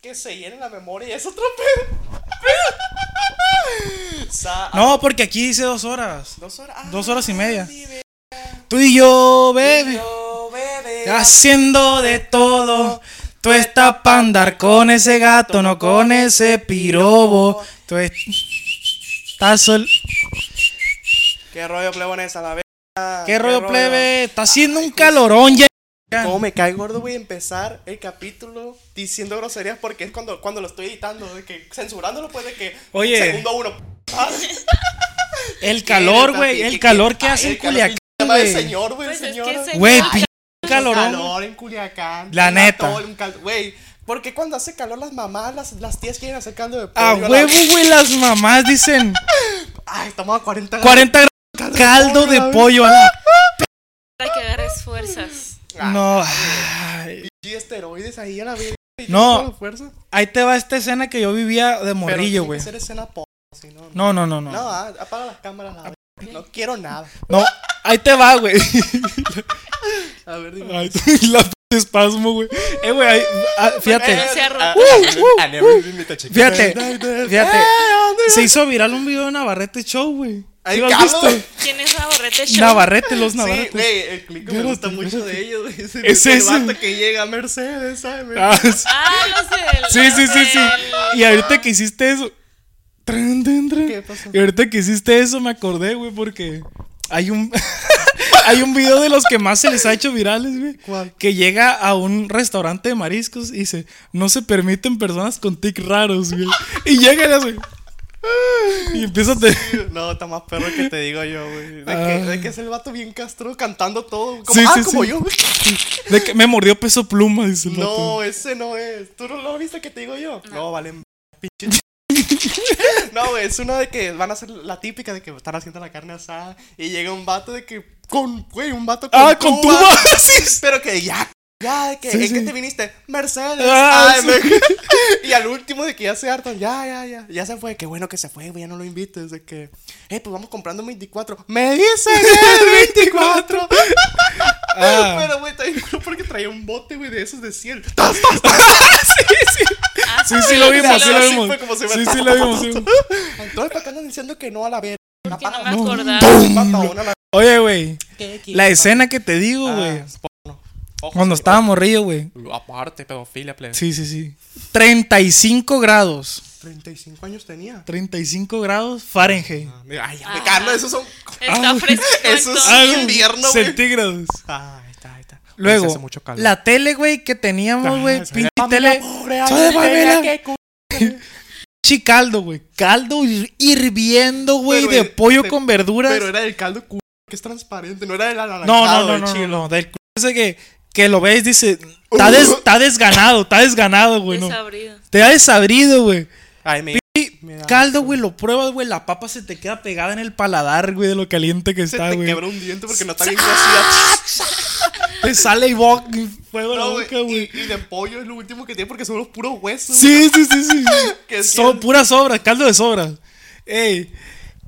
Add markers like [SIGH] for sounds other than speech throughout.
que se llena la memoria y es otro [LAUGHS] pedo. Sa- No, porque aquí dice dos horas. Dos horas. ah, dos horas y media. sí, bebé. Tú y yo, bebé. Yo, bebé. Haciendo de todo. Tú estás pa' andar con ese gato, no con ese pirobo. Tú es- estás sol. Qué rollo plebones a la vez. ¿Qué rollo, plebe? Está haciendo un calorón ya. ¿Cómo me cae gordo, güey, empezar el capítulo diciendo groserías? Porque es cuando, cuando lo estoy editando, de que censurándolo, pues de que. Oye. Segundo [LAUGHS] uno. Ah, El calor, güey. El calor que Ay, hace en Ah, el calor, Culiacán, pinche madre, El güey. señor, güey, el Pues es que señor. se- Güey, Ay, pinche calorón. calor en Culiacán. La un neta. atol, un cal- Güey, ¿por qué cuando hace calor las mamás, las, las tías quieren hacer caldo de pollo? A la- huevo, güey, las mamás [LAUGHS] dicen Ay, estamos a 40 grados. 40 grados de caldo de pollo. a la- Para que agarres fuerzas. No, ay. Y Ah, esteroides ahí a la vida. No. Fuerza. Ahí te va esta escena que yo vivía de Pero tiene morrillo, que güey. ser escena po- si no, no. No, no, no, no. No, ah, apaga las cámaras. la verga. no quiero nada. No, ahí te va, güey. A ver, dime. [LAUGHS] Ay, la p- espasmo, güey. Eh, güey, ahí- ah, Eh, fíjate. Uh, se arrugó. ah, ah, never been with a chick. Fíjate, fíjate. Eh, ¿dónde? Se hizo viral un video de Navarrete Show, güey. Ay, ¿Sí lo has Carlos, [LAUGHS] visto? güey. ¿Quién es Navarrete Show? Navarrete, los Sí, Navarrete. güey, el clip que me Espérate, gusta mucho de ellos, güey. Es, Es el ese. vato que llega a Mercedes, ¿sabes? Ah, sí. Ah, los del. sí, sí, sí, sí. del- Y ahorita que hiciste eso. Tran, tran, tran. ¿Qué pasó? Y ahorita que hiciste eso me acordé, güey, porque hay un [LAUGHS] hay un video de los que más se les ha hecho virales, güey. ¿Cuál? Que llega a un restaurante de mariscos y dice, "No se permiten personas con tic raros", güey. Y llegan así. Y empieza a te- No, está más perro que te digo yo, güey. De, que, de que es el vato bien castro cantando todo. Como, Ah. Sí, ah, sí, como sí. yo. güey. de que me mordió peso pluma, dice el vato. No, ese no es. ¿Tú no lo viste que te digo yo? No, valen. [LAUGHS] pinche- no, güey, es una de que van a hacer la típica de que están haciendo la carne asada y llega un vato de que. Con, güey, un vato con Ah, con tuba. [LAUGHS] Sí, sí. Pero que ya. Ya, de que, Sí, ¿en qué sí. te viniste? Mercedes. Ah, Ay, sí. me- y al último de que ya se hartan. Ya, ya, ya. Ya se fue. Qué bueno que se fue, güey. Ya no lo invites. De que, eh, pues vamos comprando un 24. Me dicen el [LAUGHS] 24. Ah. Pero, güey, también creo porque traía un bote, güey, de esos de 100. Ah, Sí, sí lo vimos, sí sí lo lo así vimos. fue como se ve. Sí, sí lo vimos. sí. Entonces, ¿para qué andan diciendo que no a la verga? Porque no Apaga me acordaba. ¡Pum! la patadona, la- Oye, güey, ¿Qué, qué? la escena que te digo, Ah, güey, es porno. Ojo, cuando sí, estaba morrillo, güey. ojo. Aparte, pedofilia, plebe. Sí, sí, sí. 35 grados. 35 años tenía. 35 grados Fahrenheit. Ah, mira, Ay, ya me Ah. Carlos, esos son. Está fresco. Eso entonces. sí. Ah, güey. invierno, güey. Centígrados. Ah, ahí está, ahí está. Luego, Hace mucho calor. la tele, güey, que teníamos, güey. Ah, sí. pinche Familia tele. pobre, ay, Soy de tenía Babela. que cu- Pinche caldo, güey. Caldo hir- hirviendo, güey, Pero de el- pollo pe- con verduras. Pero era del caldo cu- que es transparente, no era del no, no, anaranjado, no, del no, no, chilo. no, Del c- ese que, que lo ves, dice. Está, [LAUGHS] des- está desganado, está desganado, güey. no. Desabrido. Te ha desabrido, güey. Ay, me Y Me da caldo, güey, lo pruebas, güey. La papa se te queda pegada en el paladar, güey, de lo caliente que se está, te güey. Ah, quebró un diente porque no está bien cocida. Te sale y bo- y fuego en la No, güey, boca, güey. y, y de pollo es lo último que tiene porque son los puros huesos. Sí, sí, sí, [LAUGHS] sí. Que es Son que- puras obras, caldo de sobras. Ey,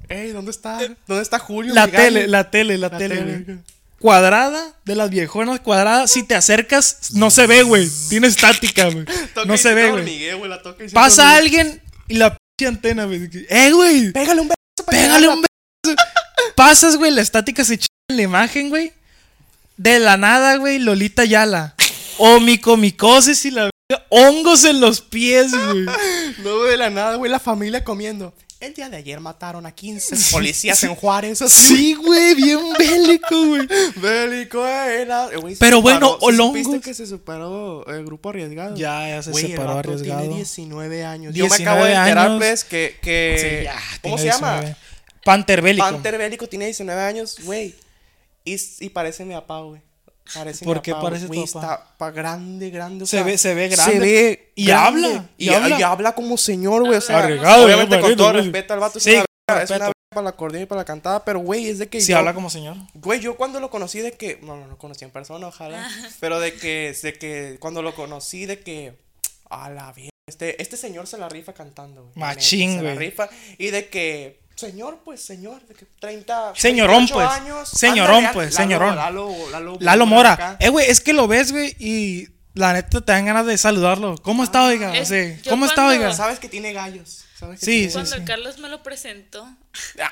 Ey, ¿dónde está? ¿Dónde está Julio? la Miguel? tele, la tele, la, La tele, tele. güey. Cuadrada, de las viejonas cuadradas. Si te acercas, no se ve, güey. Tiene estática, güey. Toca No y se siente ve, güey. hormigueo, güey. la toca y siente Pasa hormigueo. alguien y la pinche antena, güey. de que, Ey, güey, Pégale un beso para pégale llegar a un beso. Pasas, güey, la estática se chinga en la imagen, güey. De la nada, güey, Lolita Yala. Omicomicosis y la verga. Hongos en los [LAUGHS] pies, güey. No de la nada, güey, la familia comiendo. El día de ayer mataron a [LAUGHS] 15 policías en Juárez. Así. Sí, güey, bien bélico, güey. Bélico era. Eh, güey, se Pero bueno, separó. ¿Sí supiste Olongos? que se separó el grupo arriesgado. Ya, ya se Güey, el separó vato arriesgado. Tiene 19 años. Yo me 19 acabo de enterar, años. pues, que. que Sí, ya, ¿Cómo tiene se llama? 19. Panther bélico. Panther Bélico tiene 19 años, güey. Y, y parece mi papá, güey. Parece ¿Por mi qué papá, parece güey. tu Güey, papá? Está pa- grande, grande. o Se sea, ve- se ve grande. Se ve. Y grande. habla, Y, y y habla. habla. como señor, güey. O sea, Arriesgado, obviamente eh, con marido, todo güey. respeto al vato. es Sí, una verga, Es respeto. una verga para la acordeón y para la cantada, pero güey, es de que. Si yo- habla como señor. Güey, yo cuando lo conocí de que. No, no lo conocí en persona, ojalá. pero de que. De que cuando lo conocí de que. A la bien. Este, este señor se la rifa cantando, güey. la neta, Machín, Se la güey. rifa. Y de que. Señor, pues, señor. De que 30. Señorón, 38 pues. años, Señorón, ándale, pues, ándale, señorón. Lalo, Lalo, Lalo, Lalo Mora. acá. Eh, güey, es que lo ves, güey, y la neta te dan ganas de saludarlo. ¿Cómo Ah, está, oiga? Es- Sí. yo ¿Cómo está, cuando- oiga? Sabes que tiene gallos. ¿Sabes que Sí, tiene- Cuando sí. Carlos me lo presentó,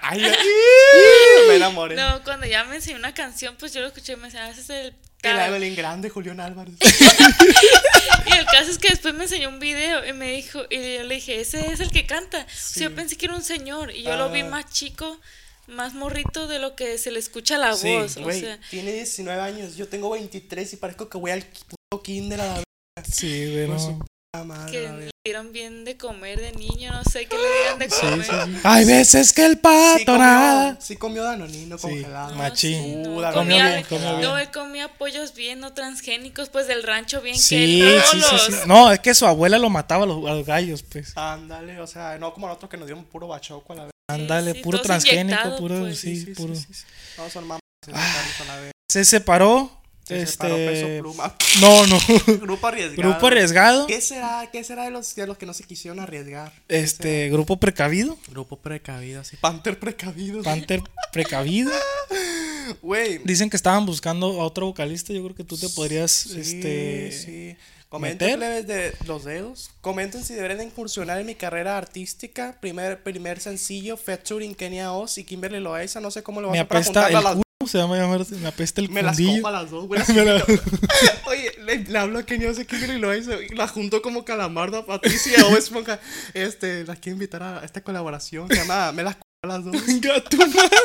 Ay, ay, [LAUGHS] me enamoré. no, cuando ya me enseñó una canción, pues yo lo escuché y me decía, "Ah, ese es el... El tal". Evelyn Grande, Julián Álvarez. Y el caso es que después me enseñó un video y me dijo, y yo le dije, ese es el que canta. O sea, yo pensé que era un señor y yo lo vi Ah. más chico, más morrito de lo que se le escucha la Sí, voz. güey, o sea, tiene 19 años, yo tengo 23 y parezco que voy al puto kinder a la Sí, güey, Pues Ah, no. Sí, verga, Ah, madre, que la le verga. dieron bien de comer de niño, no sé qué le dieron de sí, comer. sí. Hay veces que el pato Sí nada. comió, sí comió danonino Sí. congelado. No, machín. Ah, sí, no, Uh, la comió comía, bien, comió bien. no, él comía pollos bien, no transgénicos, pues del rancho bien Sí, que sí, él. sí, todos sí. los- No, es que su abuela lo mataba a los, a los gallos, pues. Ándale, o sea, no como nosotros que nos dieron puro bachoco a la vez. Ándale, sí, puro todos transgénico, inyectados, puro, pues. sí, Sí, sí, puro. sí, No son mamás, se sacaron a la vez. Se separó. Se este... separó peso pluma. [LAUGHS] No, no. [LAUGHS] Grupo arriesgado. grupo arriesgado. ¿Qué será? ¿Qué será de los, de los que no se quisieron arriesgar? Este, grupo precavido. Grupo precavido, sí. Panther precavido. [LAUGHS] Panther precavido. Güey. Dicen que estaban buscando a otro vocalista. Yo creo que tú te podrías. Sí, este. sí. Comenten plebes de los dedos. Comenten si deberían de incursionar en mi carrera artística. Primer, primer sencillo, featuring Kenia Oz y Kimberly Loaiza. No sé cómo lo vas Me a hacer para apesta juntarla el a las culo. Se llama llamar. Me apesta el Me las cundillo. como a las dos, [LAUGHS] güey. Me la- [LAUGHS] Oye, le, le hablo a Kenia Oz y Kimberly Loaiza. y La junto como calamardo a Patricia o Esponja. Este, la quiero invitar a esta colaboración. Se llama Me las como a las dos. [LAUGHS] [LAUGHS] Venga, tu madre.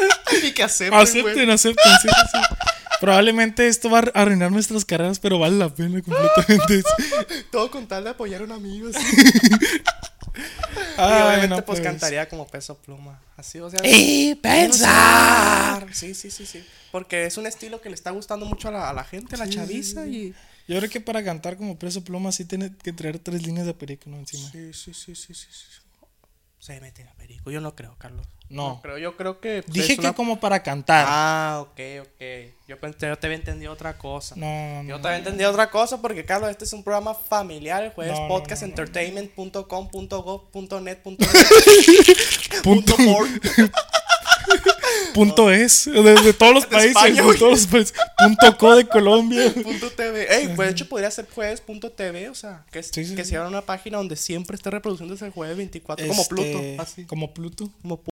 Y que acepten, güey. Acepten, acepten. sí, sí, sí. Probablemente esto va a arruinar nuestras carreras, pero vale la pena completamente. [LAUGHS] Todo con tal de apoyar a un amigo. así. [LAUGHS] Ay, y obviamente, no, pues, pues. cantaría como peso pluma. Así, o sea. Y pensar. Sí, sí, sí, sí. Porque es un estilo que le está gustando mucho a la, a la gente, a la chaviza y... Yo creo que para cantar como preso pluma sí tiene que traer tres líneas de película encima. Sí, sí, sí, sí, sí, sí. Se mete la perico. Yo no creo, Carlos. No. creo, yo creo que... pues, Dije es que una- como para cantar. Ah, ok, ok. Yo, pensé, yo te había entendido otra cosa. No, Yo no. te había entendido otra cosa porque, Carlos, este es un programa familiar. El jueves No, no, podcast no, no, entertainment.com.go.net. [LAUGHS] [LAUGHS] Punto, org. punto es. Desde todos los [LAUGHS] De países. España, de güey. todos los países. Punto co de Colombia. Punto TV. Ey, pues de hecho podría ser jueves.tv, o sea, que, Sí, sí, que sí. sea una página donde siempre esté reproduciéndose el jueves 24, [LAUGHS] como Este, Pluto, ah, así. Como Pluto. Como pu-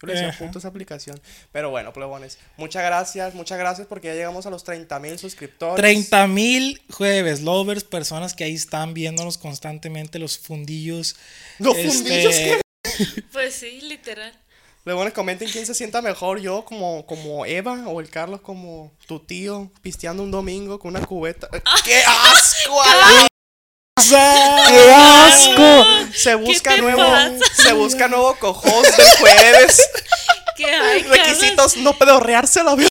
Yo le decía Ajá. punto a esa aplicación. Pero bueno, plebones, muchas gracias, muchas gracias porque ya llegamos a los 30 mil suscriptores. 30 mil jueves lovers, personas que ahí están viéndonos constantemente, los fundillos. Los Este, fundillos [LAUGHS] que. Pues sí, literal. Plebones, comenten quién se sienta mejor, yo como, como Eva o el Carlos como tu tío, pisteando un domingo con una cubeta. [LAUGHS] ¡Qué asco! a la- ¡Qué Ah, asco! Se busca te nuevo. pasa? Se busca nuevo cojón del jueves. ¿Qué hay, Carlos? Requisitos, no pedorrearse la vida.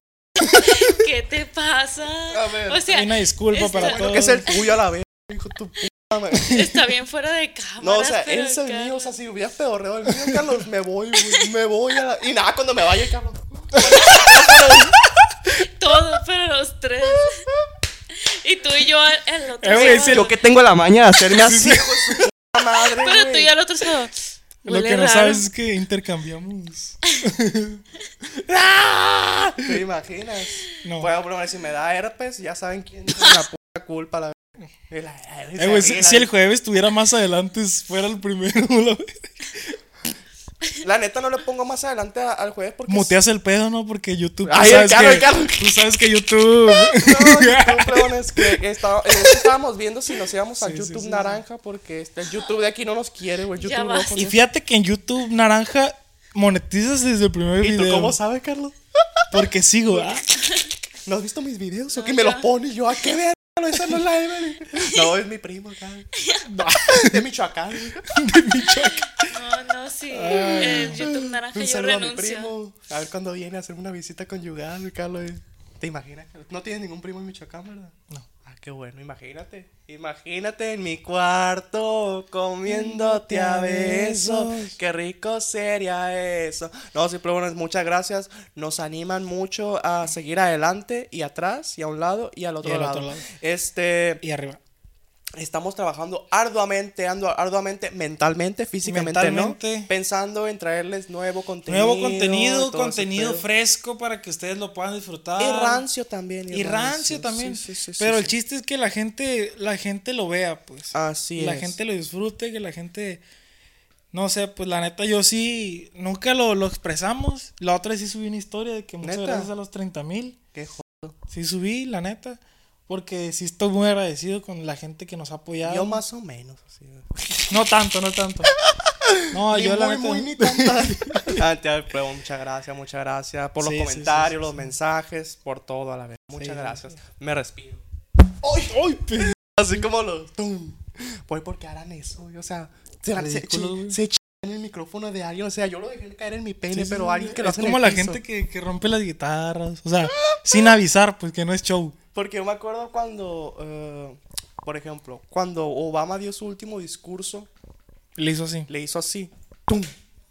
¿Qué te pasa? A ver. O sea, Una disculpa Esto- para Bueno, todos. que es el tuyo a la vez, hijo de tu puta [LAUGHS] madre. está bien fuera de cámara. No, o sea, él es el mío, o sea, si hubiera pedorreado el mío, Carlos, me voy, güey, me voy a la... Y nada, cuando me vaya, Carlos. Todo, pero los tres. Y tú y yo al- al otro. Eh, güey, sábado. sí, lo que tengo la maña de hacerme así, hijo de su puta madre, Pero tú güey. y al otro sábado. Lo que no sabes es que intercambiamos. ¡Ah! ¿Te imaginas? No. Bueno, pero si me da herpes, ya saben quién es la puta culpa, la... Y la- y Eh, güey, se si, ríe, Eh, si la- el jueves estuviera más adelante, fuera el primero. [LAUGHS] la- La neta no le pongo más adelante a- al jueves porque... Muteas el pedo, ¿no? Porque YouTube. tú Ay, el sabes carro, que- el carro. Tú sabes [LAUGHS] que YouTube. No, [LAUGHS] YouTube, plebones, que, que está- eh, estábamos viendo si nos íbamos al Sí, sí, YouTube sí, sí. naranja porque este, el YouTube de aquí no nos quiere, güey. Ya YouTube basta. rojo. Y fíjate que en YouTube Naranja monetizas desde el primer ¿Y video. tú cómo sabes, Carlos? [LAUGHS] [LAUGHS] Porque sigo. ah. ¿No has visto mis videos? ¿O No, que me los ya. pone y yo? ¿A qué ver? No, esa no es la Evelyn. No, es mi primo acá. [LAUGHS] No, de Michoacán. No, no, sí. El YouTube naranja, Un yo saludo a mi renuncio. primo. A ver cuándo viene a hacer una visita conyugal, mi Carlos. ¿Te imaginas? Carlos? No tienes ningún primo en Michoacán, ¿verdad? No. Ah, qué bueno, imagínate. Imagínate en mi cuarto comiéndote a besos. Qué rico sería eso. No, sí, pero bueno, muchas gracias. Nos animan mucho a seguir adelante y atrás y a un lado y al otro, al lado. otro lado. Este, Y arriba. Estamos trabajando arduamente, ando- arduamente, mentalmente, físicamente, Mentalmente. ¿no? Pensando en traerles nuevo contenido. Nuevo contenido, todo ese contenido pedo. fresco para que ustedes lo puedan disfrutar. Y rancio también. Y rancio también. Sí, sí, sí, Pero sí, el sí. chiste es que la gente, la gente lo vea, pues. Así la es. gente lo disfrute, que la gente. No sé, pues la neta, yo sí. Nunca lo, lo expresamos. La otra vez sí subí una historia de que muchas ¿Neta? gracias a los 30 mil. Qué jo- Sí subí, la neta. Porque sí estoy muy agradecido con la gente que nos ha apoyado. Yo más o menos. Así. No tanto, no tanto. No, [LAUGHS] Ni yo la muy, neta. muy, ni tanta. [LAUGHS] [LAUGHS] Ah, te- pero muchas gracias, muchas gracias por los Sí, sí, sí, comentarios, sí, los sí. mensajes, por todo a la vez. Muchas Sí, sí, gracias. Me respiro. ¡Ay, ay, pe- Así como los. ¡Tum! Pues porque harán eso. O sea, se, se, Ridículo, güey. chi- se chi- en el micrófono de alguien. O sea, yo lo dejé caer en mi pene, Sí, sí, pero sí. alguien que lo Es hace en como el la piso. gente que, que rompe las guitarras. O sea, sin avisar, pues que no es show. Porque yo me acuerdo cuando. eh, por ejemplo, cuando Obama dio su último discurso, Le hizo así. le hizo así. ¡Tum!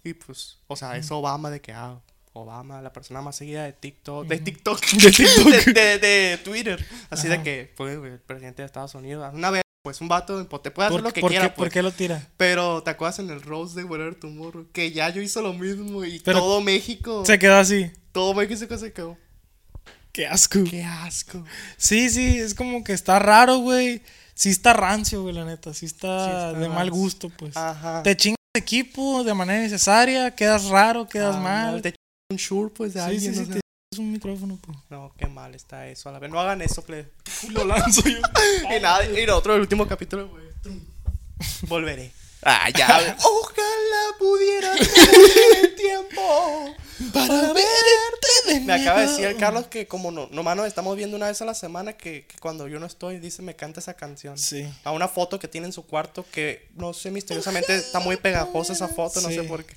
Y pues, o sea, es Obama de que. Ah, Obama, la persona más seguida de TikTok. De TikTok. [LAUGHS] De TikTok. de, de- de Twitter. Así Ajá. de que, pues, el presidente de Estados Unidos. Una vez, pues, un vato, pues, te puede hacer ¿Por, lo que por quiera. qué, pues. por qué lo tira? Pero te acuerdas en el Rose de Whatever Tomorrow que ya yo hizo lo mismo y Pero- todo México, Se quedó así. todo México se quedó. Qué asco. Qué asco. Sí, sí, es como que está raro, güey. Sí está rancio, güey, la neta. Sí está, Sí está de mal rancio. Ah. gusto, pues. Ajá. Te chingas de equipo de manera necesaria, quedas raro, quedas Ah, mal. Te ch- un sure pues de Sí, alguien. sí, o sí, sea. te es un micrófono, pues. [LAUGHS] No, qué mal está eso. A la vez no hagan eso, plebe. Lo lanzo [LAUGHS] yo. y nada, y lo otro el último capítulo, güey. Tum. Volveré. Ah, ya. güey. [LAUGHS] Ojalá pudiera tener el tiempo. Para verte [LAUGHS] de Me acaba de decir el nuevo. Carlos que como no, nomás nos estamos viendo una vez a la semana que, que cuando yo no estoy, dice, me canta esa canción. Sí. A una foto que tiene en su cuarto que no sé, misteriosamente está muy pegajosa esa foto, no Sí. sé por qué.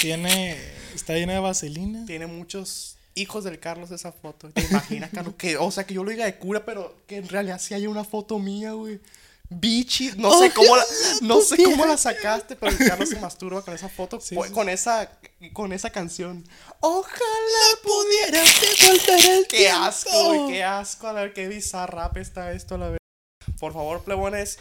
Tiene. Está llena de vaselina. Tiene muchos hijos del Carlos esa foto. ¿Te imaginas, Carlos? Que, o sea, que yo lo diga de cura, pero que en realidad sí hay una foto mía, güey. Bichi, no sé cómo la, no sé cómo la sacaste, pero el Carlos se masturba con esa foto, Sí, pues, sí. con esa con esa canción. Ojalá pudiera volver el Qué asco, güey, qué asco, a ver qué bizarrap está esto, a la ver. Por favor, plebones,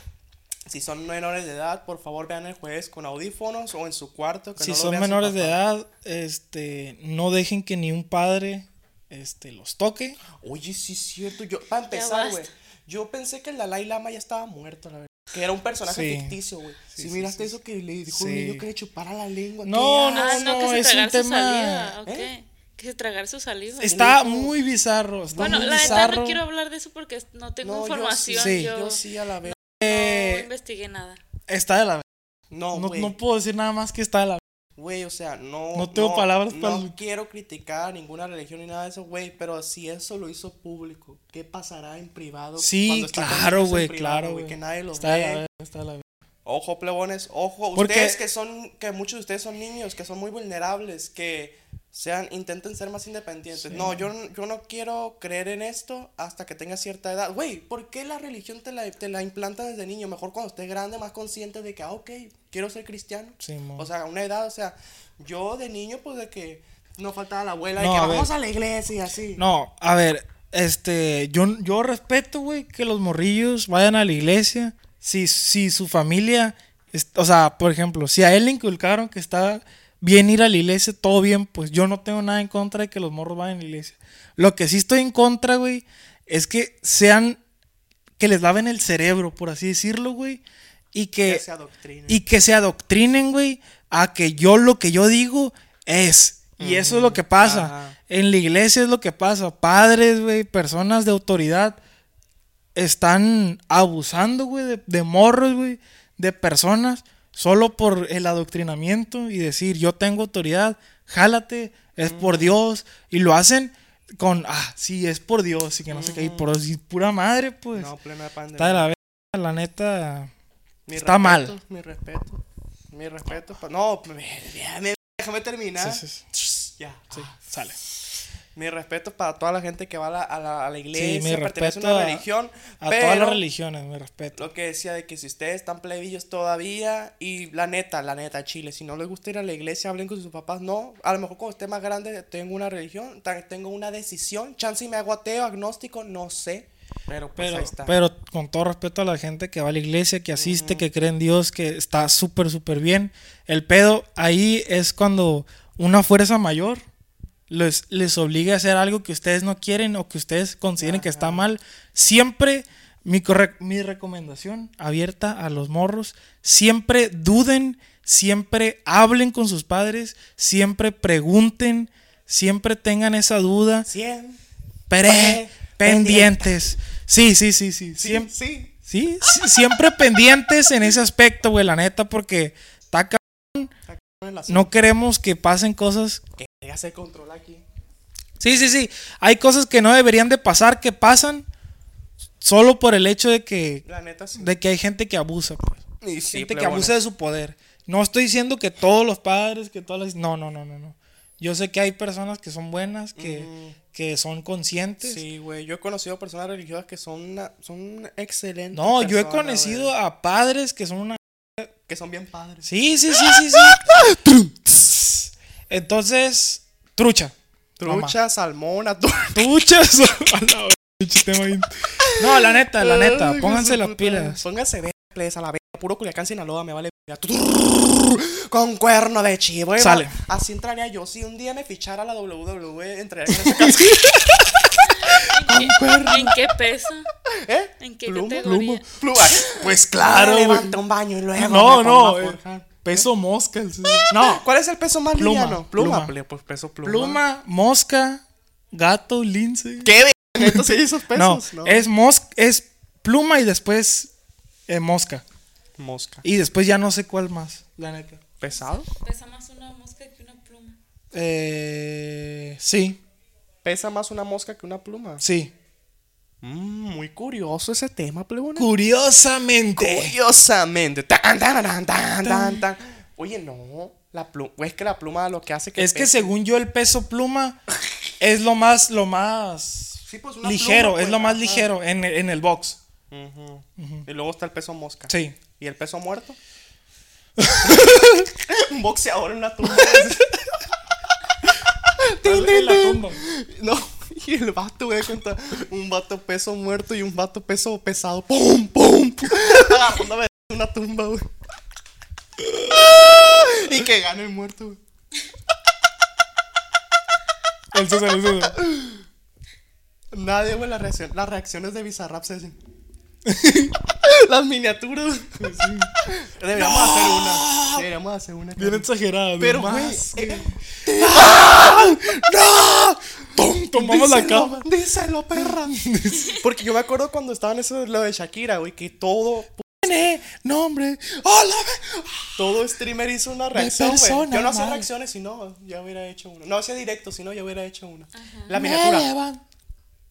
si son menores de edad, por favor vean el jueves con audífonos o en su cuarto. que Si no lo son vean sin menores de papá. edad, este, no dejen que ni un padre este, los toque. Oye, sí es cierto. Yo, para empezar, güey, basta. yo pensé que el Dalai Lama ya estaba muerto, la verdad. Que era un personaje Sí. ficticio, güey. Sí, si sí, miraste sí, eso que le dijo un Sí. niño que le chupara la lengua. No, qué no, asco. Ah, no, que no, se es un tragara su tema- saliva. ok. ¿Eh? Que se tragara su saliva. Está dijo- muy bizarro. Está bueno, muy la verdad bizarro. no quiero hablar de eso porque es- no tengo No, yo información. sí, yo Yo sí a la vez. no Eh, investigué nada. está de la verga. No, No, güey. no puedo decir nada más que está de la verga. Güey, o sea, no. No tengo palabras no para- quiero criticar ninguna religión ni nada de eso, güey. Pero si eso lo hizo público, ¿qué pasará en privado? Sí, cuando está claro, conmigo en güey, privado, claro, güey. Que nadie lo Está de la ve. verga, está de la verga. Ojo, plebones, ojo. Porque- Ustedes que son, que muchos de ustedes son niños, que son muy vulnerables, que sean, intenten ser más independientes. No, yo, n- yo no quiero creer en esto hasta que tenga cierta edad. Güey, ¿por qué la religión te la, te la implanta desde niño? Mejor cuando estés grande, más consciente de que, ah, ok, quiero ser cristiano. Sí, mo. O sea, a una edad, o sea, yo de niño, pues de que no faltaba la abuela, No, de a que ver. vamos a la iglesia y así. No, a ver, este, yo, yo respeto, güey, que los morrillos vayan a la iglesia. Si, si su familia, es- o sea, por ejemplo, si a él le inculcaron que está bien ir a la iglesia, todo bien, pues yo no tengo nada en contra de que los morros vayan a la iglesia. Lo que sí estoy en contra, güey, es que sean, que les laven el cerebro, por así decirlo, güey. Y que, Que se adoctrinen. y que se adoctrinen, güey, a que yo lo que yo digo es. Y eso es lo que pasa. Ajá. En la iglesia es lo que pasa. Padres, güey, personas de autoridad están abusando, güey, de, de morros, güey, de personas, solo por el adoctrinamiento y decir, yo tengo autoridad, jálate, es por Dios. Y lo hacen con, ah, sí, es por Dios y que no sé qué. Y por y pura madre, pues. No, plena pandemia. Está de la verga, la neta. Mi Está respeto, mal. Mi respeto. Mi respeto. pa- No, me- me- me- déjame terminar. Sí, sí, Ya. Ah, Sale. Mi respeto para toda la gente que va a la, a la, a la iglesia, mi pertenece a respeto una a- religión. A pero todas las religiones, mi respeto. Lo que decía de que si ustedes están plebillos todavía, y la neta, la neta, Chile, si no les gusta ir a la iglesia, hablen con sus papás. No, a lo mejor cuando esté más grande, tengo una religión, ta- tengo una decisión, chance y me hago ateo, agnóstico, no sé. Pero pues Pero, ahí está. pero con todo respeto a la gente que va a la iglesia, que asiste, que cree en Dios, que está súper, súper bien. El pedo ahí es cuando una fuerza mayor les, les obliga a hacer algo que ustedes no quieren o que ustedes consideren que está mal. Siempre, mi, corre- mi recomendación abierta a los morros, siempre duden, siempre hablen con sus padres, siempre pregunten, siempre tengan esa duda. 100. Pre pendientes. Sí, sí, sí, sí. Sí, Siem- sí. sí, sí, siempre pendientes en ese aspecto, güey, la neta, porque taca, En la no queremos que pasen cosas. Que ya se controla aquí. Sí, sí, sí. Hay cosas que no deberían de pasar, que pasan solo por el hecho de que, La neta sí. de que hay gente que abusa, pues. y gente que abusa de su poder. No estoy diciendo que todos los padres, que todas las... No, no, no, no, no. Yo sé que hay personas que son buenas, que, que son conscientes. Sí, güey. Yo he conocido personas religiosas que son, una- son excelentes. No, yo he personas, conocido güey, a padres que son una... Que son bien padres. Sí, sí, sí, sí, sí. Entonces, trucha. Trucha, salmón, atún. Truchas. [LAUGHS] A la ver- pinche tema bien- No, la neta, la neta. Ay, hijo de Pónganse su las puta. pilas. Pónganse verdes a la verga. Puro Culiacán, Sinaloa, me vale verga. Con cuerno de chivo. y Sale. va- Así entraría yo. Si un día me fichara la WWE, entraría en esa [LAUGHS] casa. ¿En qué, en qué peso? ¿Eh? ¿En qué Pluma, categoría? pluma, pluma. Pues claro. güey. Levanta un baño y luego. No, me no. pongo a eh, forjar. Peso mosca. el- [LAUGHS] No. ¿Cuál es el peso más Pluma, liviano? Pluma. pluma. ple- Pues peso pluma. Pluma, mosca, gato, lince. ¿Qué de [LAUGHS] neta sí hay esos No, pesos? es mosca, es pluma y después eh, mosca. mosca. Y después ya no sé cuál más, la neta. ¿Pesado? Pesa más una mosca que una pluma. Eh, sí, Pesa más una mosca que una pluma. sí. Mm, muy curioso ese tema, plebona. Curiosamente. Curiosamente. Tan, tan, tan, tan, tan, tan. Oye, no. La pluma, es que la pluma lo que hace que. Es que pese- según yo el peso pluma es lo más, lo más Sí, pues, una ligero, pluma, es lo pues, más ajá. ligero en, el- en el box. Ujú. Y luego está el peso mosca. Sí. ¿Y el peso muerto? [LAUGHS] Un boxeador en una tumba. Tin, tin, En la tin. tumba. [LAUGHS] No, y el vato, güey, cuenta un vato peso muerto y un vato peso pesado. ¡Pum, pum! [LAUGHS] pum! Agarrándome de una tumba, güey. [LAUGHS] Y que gane el muerto, güey. El César, el César. Nadie, güey, la reacción- las reacciones de Bizarrap se hacen. [LAUGHS] las miniaturas. güey. Deberíamos hacer una. Deberíamos hacer una. Bien exagerado. Pero, más. güey. eh, Tom, tomamos la díselo, cama. Díselo, perra. Porque yo me acuerdo cuando estaban eso, lo de Shakira, güey, que todo Tiene nombre. Hola. Todo streamer hizo una reacción, güey. persona, Yo no hacía madre. reacciones, si no, ya hubiera hecho una. No hacía directo, si no, ya hubiera hecho una. La Me miniatura. levan-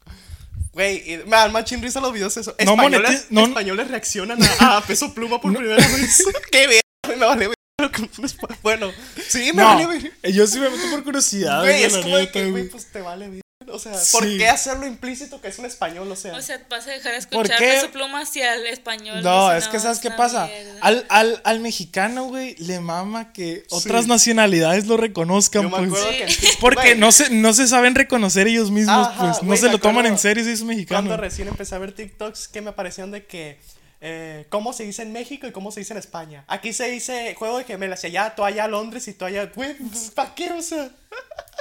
[LAUGHS] Güey, y me dan más chinrisa los videos eso. No españoles, monetiz- no- españoles reaccionan a, a peso pluma por primera vez. [LAUGHS] Qué verga, güey, me vale, güey. lo que fue después. Bueno, sí, me vale, No, eh, güey. yo sí me meto por curiosidad. Güey, güey, es Ah, la como de neta, que, güey. güey, pues te vale, güey. O sea, ¿por Sí. qué hacerlo implícito que es un español? O sea, O sea, vas a dejar de ¿Por escuchar qué? peso pluma hacia el español. No, dice, es que ¿sabes qué una pasa? Ah, mierda. Al, al, al mexicano, güey, le mama que otras Sí. nacionalidades lo reconozcan, yo me pues. acuerdo que. Porque güey, no se, no se saben reconocer ellos mismos, Ajá, pues. No güey, se me lo toman acuerdo. en serio si es Cuando mexicano. recién empecé a ver TikToks que me aparecían de que eh, cómo se dice en México y cómo se dice en España. Aquí se dice juego de gemelas y allá, tú allá a Londres y tú allá. Güey, ¿para qué? O sea,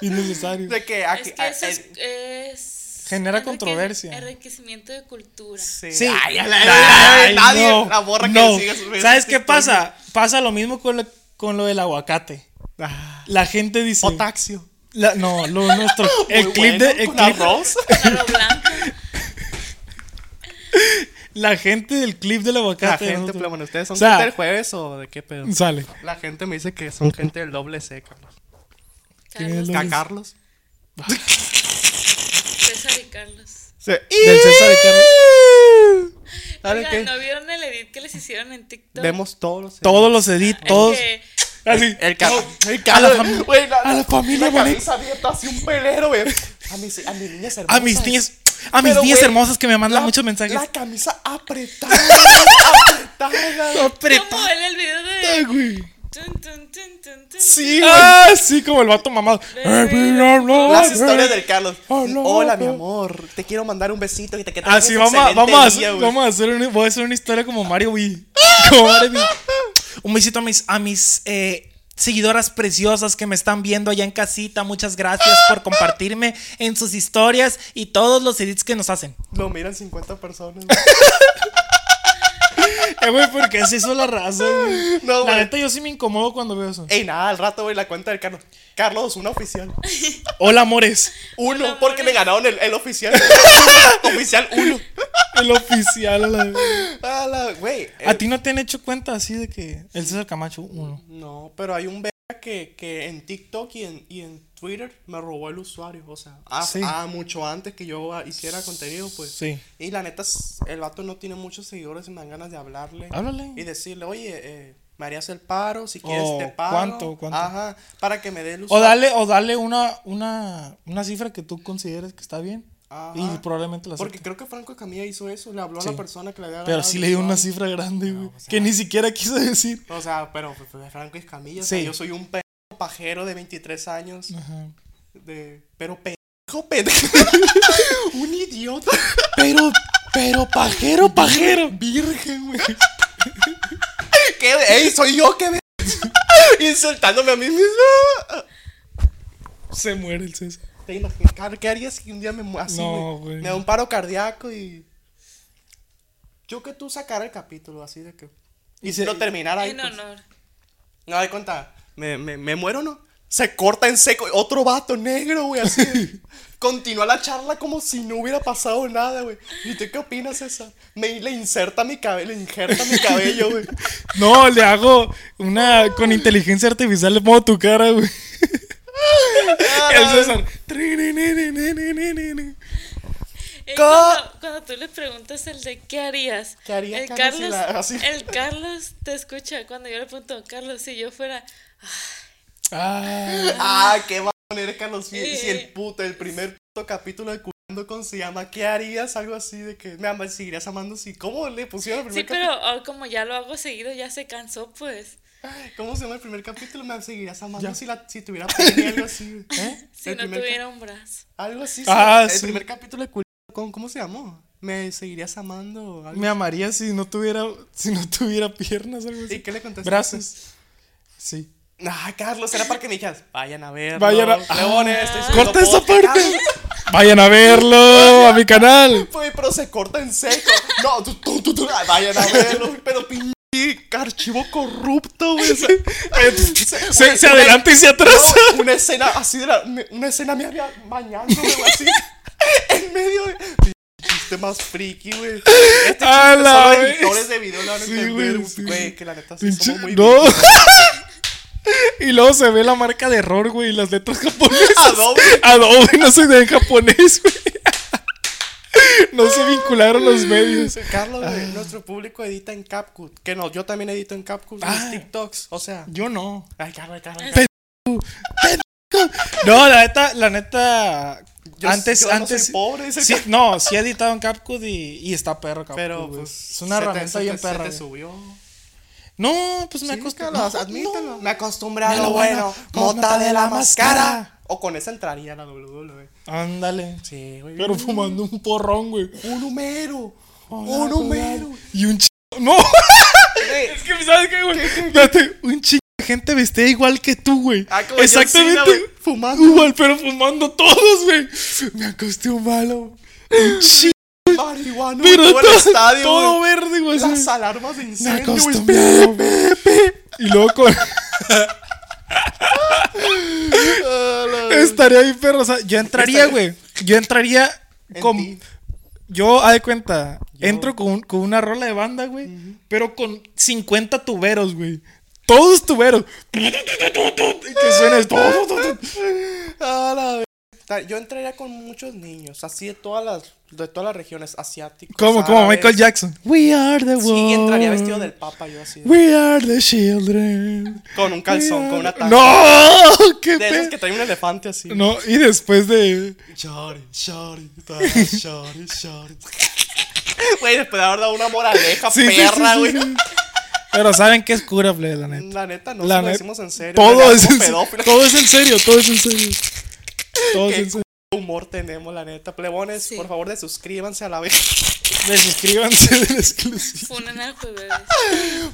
Innecesario. de que aquí. Es que eso es, eh, es- Genera enrique- controversia. Enriquecimiento de cultura. sí. Sí. Ay, a la- ay, nadie, no, la borra no. que sigue subiendo ¿Sabes qué TikTok. pasa? Pasa lo mismo con lo, con lo del aguacate. Ah, La gente dice. o taxio. la- no, lo [LAUGHS] nuestro. Muy El clip bueno, de. El con clip- arroz. [LAUGHS] Claro, blanco. la gente del clip del aguacate. La gente, nosotros- pero bueno, ¿ustedes son O sea, gente del jueves o de qué pedo? Sale. La gente me dice que son gente del doble C, Carlos. Carlos, ¿A Carlos? César y Carlos. Sí. Del César y Carlos. ¿Sabe Oigan, qué? ¿no vieron el edit que les hicieron en TikTok? Vemos todos los Todos los edit, El todos. que- Así. Oh, El carro. Ah, El a la fami- Güey, la- a la familia la bonita. camisa abierta, así un pelero, güey. A mis, a mis niñas hermosas. A Ah, mis niñas. A mis Pero, niñas güey, hermosas que me mandan la- muchos mensajes. La camisa apretada. [LAUGHS] güey, apretada. Apretada, ¿Cómo ven el video de... güey. Tun, tun, tun, tun, tun, Sí, güey. Ah, sí, como el vato mamado. Eh, Las historias del Carlos. Ah, no, Hola, no. mi amor. Te quiero mandar un besito. Y te, que tengas Así un Ah, vamos, a- excelente vamos, a día, hacer, güey. vamos a hacer una, voy a hacer una historia como Mario Wii. Como Mario Wii. Un besito a mis, a mis eh, seguidoras preciosas que me están viendo allá en casita. Muchas gracias por compartirme en sus historias y todos los edits que nos hacen. Lo miran 50 personas. güey. Eh, güey, porque así hizo la razón. güey. No, la güey. neta, yo sí me incomodo cuando veo eso. Ey, nada, al rato, güey, la cuenta del Carlos. Carlos, una oficial. [LAUGHS] Hola, amores. Uno, porque le ganaron el, el oficial. [LAUGHS] oficial uno. El oficial. a la vez. A la, güey. eh, A ti no te han hecho cuenta así de que el César Camacho, uno. No, pero hay un verga que, que en TikTok y en, y en Twitter me robó el usuario. O sea, ah, Sí. ah, mucho antes que yo ah, hiciera contenido, pues. Sí. Y la neta, s- el vato no tiene muchos seguidores y me dan ganas de hablarle. Háblale. Y decirle, oye, eh, me harías el paro, si quieres Oh, te pago. ¿cuánto, cuánto? Ajá, para que me dé el O usuario. dale, o dale una, una, una cifra que tú consideres que está bien. Ajá. Y probablemente la Porque acepte. creo que Franco Camilla hizo eso, le habló a Sí. la persona que le había Pero ganado sí el le dio una usuario. cifra grande, güey. o sea- que ni siquiera quiso decir. O sea, pero fue- fue Franco Escamilla, o sea, Sí. Mm. yo soy un p pajero de 23 años, Ajá. de... pero pendejo, pendejo. [LAUGHS] un idiota. Pero, pero pajero, pajero. Virgen, güey. [LAUGHS] ¿Qué? ¡Ey, soy yo que [LAUGHS] me... Insultándome a mí mismo. Se muere el César. ¿Te imaginas? Car- ¿Qué harías si un día me mu- así, No, güey. güey? Me da un paro cardíaco y... Yo que tú sacara el capítulo así de que... Y Y se- si no terminara ahí, En pues. honor. No, de cuenta. Me, me, me muero, ¿no? Se corta en seco. Otro vato negro, güey, así. de- Continúa la charla como si no hubiera pasado nada, güey. ¿Y tú qué opinas, César? Me, le inserta mi cabello, le injerta mi cabello, güey. No, le hago una con inteligencia artificial le pongo tu cara, güey. Ah, El César. Eh, Co- Cuando, cuando tú le preguntas el de qué harías, ¿Qué haría el Carlos si Carlos, la- así? el Carlos te escucha cuando yo le pregunto, Carlos, si yo fuera, Ah, Ah, qué va a poner Carlos si, Sí. si el puto, el primer puto capítulo de Curando con se llama ¿Qué harías? Algo así de que me amas, seguirías amando si. ¿Cómo le pusieron el sí, primer pero oh, como ya lo hago seguido, ya se cansó, pues. capítulo? ¿Cómo se llama el primer capítulo? Me seguirías amando si, la, si tuviera pene, algo así. güey. [LAUGHS] ¿Eh? Si El no primer cap- tuviera un brazo. Algo así. Ah, sí. sí. El primer capítulo de Cul- con ¿Cómo se llamó? ¿Me seguirías amando? Algo me amaría si no tuviera, si no tuviera piernas, algo así. ¿Y así. qué le contestaste? Brazos. Sí. Ah, Carlos, era para que me dijeras, vayan a ver. Vayan a- Ah. Corta esa parte. Carlos, Vayan a verlo a mi canal. Güey, pero se corta en seco. No, tú, tú, tú, tú, ah, vayan a verlo. Pero pinche archivo corrupto, güey. Se, [LAUGHS] Se, se adelanta y se [LAUGHS] atrasa. No, una escena así de la. me- Una escena me había bañándome, güey, [LAUGHS] así. En medio de. Pinche Chiste más friki, güey. Este A chiste la solo vez. editores de video lo van a Sí, entender, güey, sí. güey. Que la neta sí Pinche- somos muy. no. [LAUGHS] y luego se ve la marca de error, güey, y las letras [LAUGHS] japonesas. Adobe. Adobe no se ve en japonés, güey. No se vincularon los medios. Carlos, Ah. güey, nuestro público edita en CapCut. Que no, yo también edito en CapCut Ah. mis TikToks. O sea. Yo no. Ay, Carlos, Carlos. Carlos. No, la neta, la neta. Yo- antes, yo no antes. soy pobre, dice sí, Carlos. no, sí he editado en CapCut y, y está perro, CapCut. Pero güey. pues. es se una te- herramienta se bien te- perra. Se te güey. subió. No, pues me Sí, acostumbré. Carlos, no, admítelo. no. Me acostumbré a Me lo lo van a- bueno. Mota de la máscara. máscara. O con esa entraría la E. WWE. Ándale. Sí, güey. Pero fumando un porrón, güey. Un número. Hola, Un número. hola. Y un ch... ¡No! es que, ¿sabes [LAUGHS] qué, güey? Espérate, un chingo de gente vestida igual que tú, güey. Ah, como John Exactamente. Cena, güey, fumando. Igual, pero fumando todos, güey. Me acosté un malo. [LAUGHS] Un chingo. Marihuana. Pero todo el todo, estadio. todo güey. verde, güey. así. Las alarmas de Me incendio. güey. acosté un malo, güey. Y luego con... Estaría bien, perro. O sea, yo entraría, güey. Yo entraría En con... ti. Yo, a de cuenta, entro con, un- con una rola de banda, güey, pero con 50 tuberos, güey. Todos tuberos. Y que suena el... A la ve- Ta- Yo entraría con muchos niños, así de todas las, de todas las regiones asiáticas. Como, como Michael Jackson. Jackson. We are the world. Sí, entraría vestido del papa yo así. de- We are the children. Con un calzón, We con una are- tanga. ¡No! ¡Qué De esos pe... que trae un elefante así. No, y después de... Shorty, shorty, ta, shorty, shorty. Güey, después de haber dado una moraleja Sí, sí, sí, perra, sí, güey. sí. Pero saben que es cura, plebe, la neta. La neta, no La se lo net- decimos en serio. Todo Tenemos es, en, pedófilos. todo es en serio, todo es en serio. Todo es Qué en serio. humor tenemos, la neta. Plebones, Sí. por favor, desuscríbanse a la vez. [LAUGHS] Desuscríbanse del exclusivo. Funen al jueves.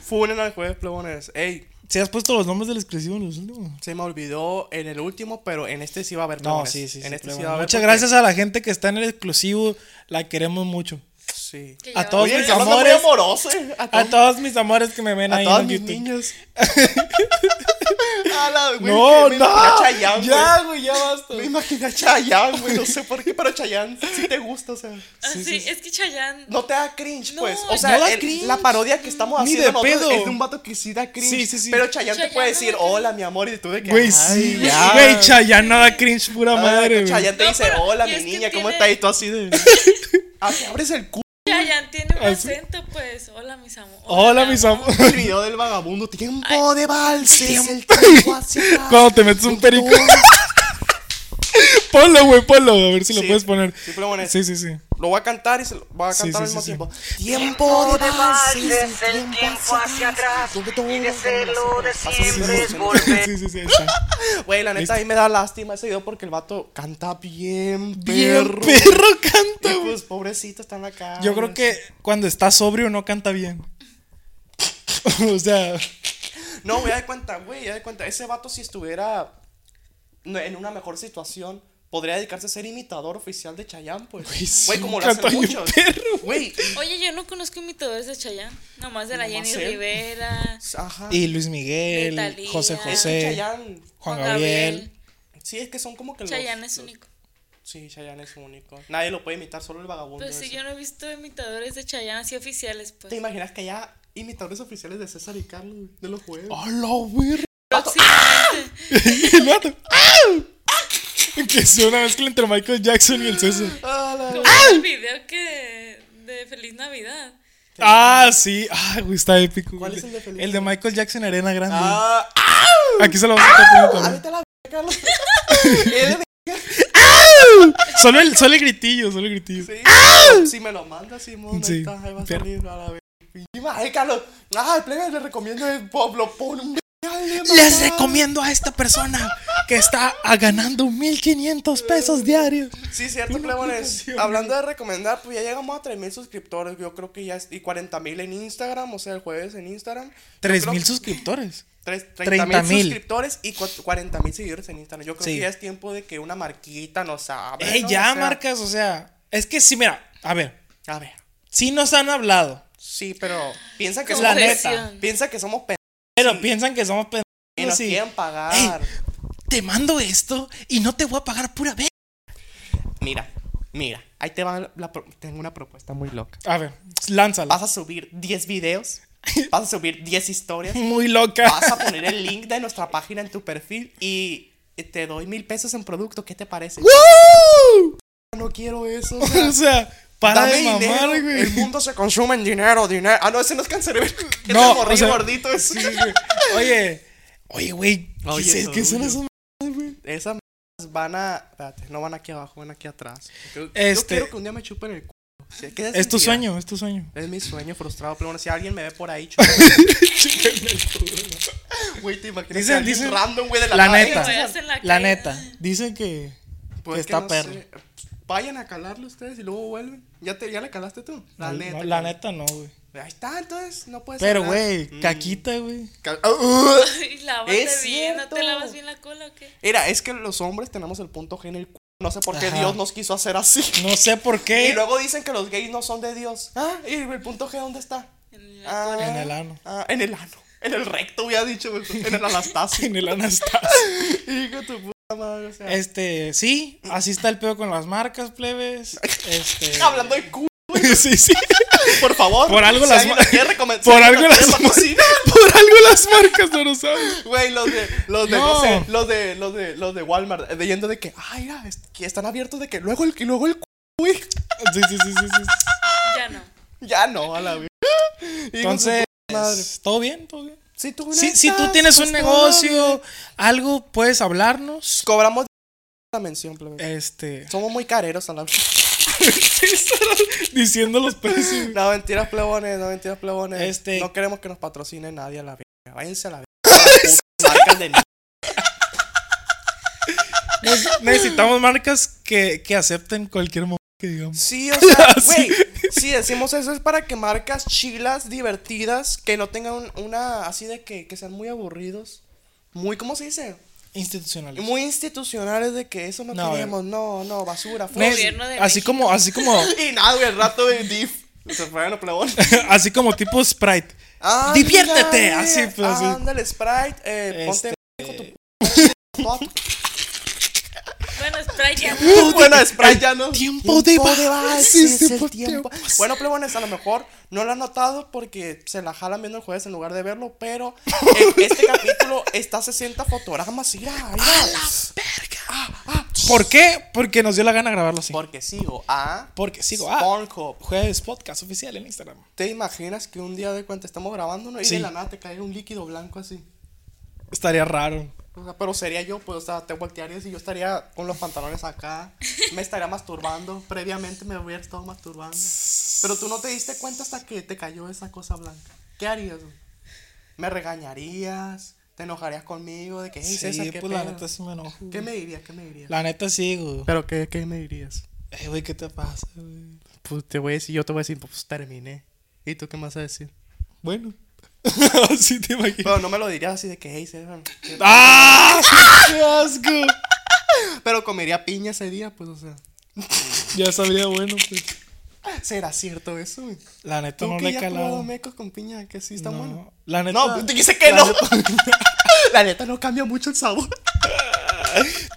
Funen al jueves, plebones. Ey, ¿Se has puesto los nombres del exclusivo en los últimos? se me olvidó en el último, pero en este sí va a haber. No, plebones. sí, sí. sí, En este plebe. sí va a haber. Muchas porque- gracias a la gente que está en el exclusivo. La queremos mucho. Sí. Que A ya- todos Oye, mis que anda muy amores. amoroso, eh. A, A todos todos mis amores que me ven a ahí todas en mis YouTube. niñas. [LAUGHS] A la- güey, No, me imaginé no. a Chayanne, ya, güey, ya basta. güey. Me imaginé a Chayanne, güey. No sé por qué, pero Chayanne sí te gusta, o sea. Ah, sí, es que Chayanne. No te da cringe, No, pues. O sea, no da el- cringe. la parodia que estamos Ni haciendo de nosotros pedo. es de un vato que sí da cringe. Sí, sí, sí. Pero Chayanne te Chayanne puede no decir, da cringe. hola, mi amor, y tú de que. Güey, ay, sí. ya. Güey, Chayanne nada cringe, pura Ah, madre, güey. Chayanne te No, dice, pero- hola, y mi es que niña, ¿cómo tiene- estás? Y tú así [LAUGHS] de. Ah, que abres el culo. Chayanne tiene un Así. acento, pues. Hola, mis amores. Hola, mis amores. El video del vagabundo. Tiempo de valses. Tiempo. El tiempo hacia atrás. [LAUGHS] [LAUGHS] Cuando te metes un perico. ponlo, güey, ponlo. A ver si lo Sí, puedes poner. sí, pero bueno, Sí, sí, sí. Lo voy a cantar y se lo voy a Sí, cantar al sí, mismo sí, tiempo. Tiempo de valses. El tiempo hacia atrás. y de serlo de Sí, siempre sí, es sí. volver. Sí, sí, sí, ahí está. Güey, la neta, Listo. ahí me da lástima ese video porque el vato canta [LAUGHS] bien, Bien, perro. [LAUGHS] perro canta, Y güey. pues pobrecito están acá. Yo creo que cuando está sobrio no canta bien. [LAUGHS] o sea, No, güey, ya de cuenta, güey, ya de cuenta. Ese vato, si estuviera no- en una mejor situación, podría dedicarse a ser imitador oficial de Chayanne, pues. Güey, sí, como lo canta hacen bien muchos. perro, Güey, Oye, yo no conozco imitadores de Chayanne. Nomás de la Nomás Jenny él. Rivera. ajá. y Luis Miguel, Talía. José es que José, Chayanne. Juan Gabriel. Sí, es que son como que los. Chayanne es los- único. Sí, Chayanne es único. Nadie lo puede imitar, solo el vagabundo. Pues sí, ese. yo no he visto imitadores de Chayanne así oficiales, ¿Te pues. imaginas que haya imitadores oficiales de César y Carlos güey, de los jueves? ¡Hola, güey! [LAUGHS] Próximamente. El vato, ¡ah! Que es una mezcla entre Michael Jackson y el César. Ah, la- Como el video que de Feliz Navidad. [LAUGHS] Ah, sí. Ah, güey, está épico. güey. ¿Cuál es el de Felipe? El de Michael Jackson Arena Grande. Ah, Aquí se lo vamos a estar poniendo ah, [LAUGHS] también. vete a la verga, [LAUGHS] Carlos. Él Solo el, solo el gritillo, solo el gritillo. Sí, Si me lo manda Simón, ¡Ah! Sí, ahí está, ahí va a pero- salir a la vez. Ay, Carlos, ah, el plebe le recomiendo el Pablo por un Les recomiendo a esta persona que está a- ganando 1500 pesos diarios. Sí, cierto, plebones. aplicación. Hablando de recomendar, pues ya llegamos a 3000 suscriptores. Yo creo que ya es. Y 40000 en Instagram, o sea, el jueves en Instagram. Yo 3000 creo- suscriptores. tres- 30,000. 30,000 suscriptores y 40,000 seguidores en Instagram. Yo creo Sí. que ya es tiempo de que una marquita nos abra. Eh, ya marcas, o sea, es que sí, mira, a ver, A ver. sí nos han hablado, Sí, pero piensa que La somos. neta. Piensa que somos pendejos pero piensan que somos pendejos. y nos sí. quieren pagar. Te mando esto y no te voy a pagar pura vez. Mira, mira, ahí te va la pro- tengo una propuesta muy loca. A ver, lánzala. Vas a subir 10 [LAUGHS] videos, vas a subir 10 historias, Muy loca. vas [LAUGHS] a poner el link de nuestra página en tu perfil y te doy mil pesos en producto, ¿qué te parece? ¡Woo! No quiero eso. o sea, O sea, para dame de mamar, dinero, güey. El mundo se consume en dinero, dinero. Ah, no, ese no es cancerbero. [LAUGHS] Es No, el morrillo o sea, gordito ese. Oye, oye, güey, ¿qué Oye, es- ¿qué son Saúl. esas mamadas, güey? [LAUGHS] Esas m- van a. Espérate, no van aquí abajo, van aquí atrás. Yo, yo Este- quiero que un día me chupen el culo. O sea, ¿qué Es tu sentiría? sueño, es tu sueño. Es mi sueño frustrado, pero bueno, si alguien me ve por [LAUGHS] ahí, chupa. Güey, te imaginas Dicen- que alguien dicen- random, güey, de la, La nada, neta, eh, Voy a hacer la la caída. neta. Dicen que, pues que es que está no perro. sé. Vayan a calarlo ustedes y luego vuelven. ¿Ya, te, ya la calaste tú? La No, neta. la neta no, güey. Ahí está, entonces, no puedes Pero, hablar. güey, Mm. caquita, güey. [LAUGHS] Ca- Ah, uh. Y lávate Es bien, ¿no te cierto. lavas bien la cola o qué? Mira, es que los hombres tenemos el punto G en el culo. No sé por qué Ajá. Dios nos quiso hacer así. No sé por Y [LAUGHS] qué. luego dicen que los gays no son de Dios. Ah, ¿y el punto G dónde está? En la- Ah, En el ano. Ah, en el ano. En el recto, hubiera dicho, güey. En el anastasio. [LAUGHS] En el Anastasio. Hijo de tu puta madre, o sea. Este, sí, así está el pedo con las marcas, plebes. [LAUGHS] Este. Hablando de culo, Sí, sí. por favor. Por algo Si las alguien ma- nos quiere recomend- si [LAUGHS] Por alguien algo nos quiere las patrocinar, [LAUGHS] Por algo las marcas no lo saben. Güey, los de, los de, no. No. sé, los de, los de, los de Walmart, eh, leyendo de que, ay, mira, es- que están abiertos de que luego el, y luego el, cu- güey. Sí, sí, sí, sí. sí. Ya no. Ya no, a la vez. Entonces, madre. ¿todo bien? ¿Todo bien? si tú, Si, si tú necesitas, tienes un pues, todo bien. negocio, algo, puedes hablarnos. cobramos Pues, la mención, plebe. Este. Somos muy careros a la vez. [LAUGHS] Diciendo los precios. [LAUGHS] No, mentiras plebones, no mentiras plebones. Este- No queremos que nos patrocine nadie a la verga. Váyanse a la [LAUGHS] verga. Marcas de ni- Nos- Necesitamos marcas que, que acepten cualquier momento que digamos. Sí, o sea, [LAUGHS] Sí. güey. Sí, decimos eso es para que marcas chilas, divertidas, que no tengan un- una así de que, que sean muy aburridos. Muy, ¿cómo se dice? Institucionales. Muy institucionales de que eso no, No, eh. queremos. No, no, basura, Ne- fuera. Gobierno de así México. como, así como, [LAUGHS] Y nada, güey, el rato de diff. Se fueron a plebón. así como tipo Sprite. Ándale, Diviértete, así, pues, así. Ándale, Sprite, eh, Este- ponte pendejo [LAUGHS] tu Bueno, Sprite [LAUGHS] ya. Bueno, Sprite ya no. Tiempo de vals, vals, es el tiempo de tiempo. vals. Bueno, plebones, a lo mejor no lo han notado porque se la jalan viendo el jueves en lugar de verlo, [LAUGHS] pero en este capítulo está 60 fotogramas. Mira, mira. Ah, ¿Por qué? Porque nos dio la gana grabarlo así. Porque sigo a Porque sigo a Pornhub. Jueves Podcast oficial en Instagram. ¿Te imaginas que un día de cuenta estamos grabando ¿no? y Sí. de la nada te cae un líquido blanco así? Estaría raro. O sea, pero sería yo, pues, o sea, te voltearías y yo estaría con los pantalones acá. Me estaría masturbando. Previamente me hubiera estado masturbando. Pero tú no te diste cuenta hasta que te cayó esa cosa blanca. ¿Qué harías? güey? ¿Me regañarías? ¿Te enojarías conmigo? ¿De que, hey, Sí, César, qué pues la pedo? neta sí me enojo. ¿Qué me dirías? ¿Qué me dirías? La neta sí, güey. ¿Pero qué, qué me dirías? Eh, güey, ¿qué te pasa, güey? Pues te voy a decir, yo te voy a decir, pues terminé. ¿Y tú qué me vas a decir? Bueno. [LAUGHS] Así te [LAUGHS] imaginas. Pero no me lo dirías así de que, hey, César. ¿qué- ¡Ah! ¡Qué asco! Pero comería piña ese día, pues, o sea. Ya sabría bueno, pues. ¿Será cierto eso, güey? La neta Tú no que le he ya has probado calado. mecos con piña, que sí está No, bueno. La neta. No, pues, dice que la no. neta- [LAUGHS] La neta no cambia mucho el sabor.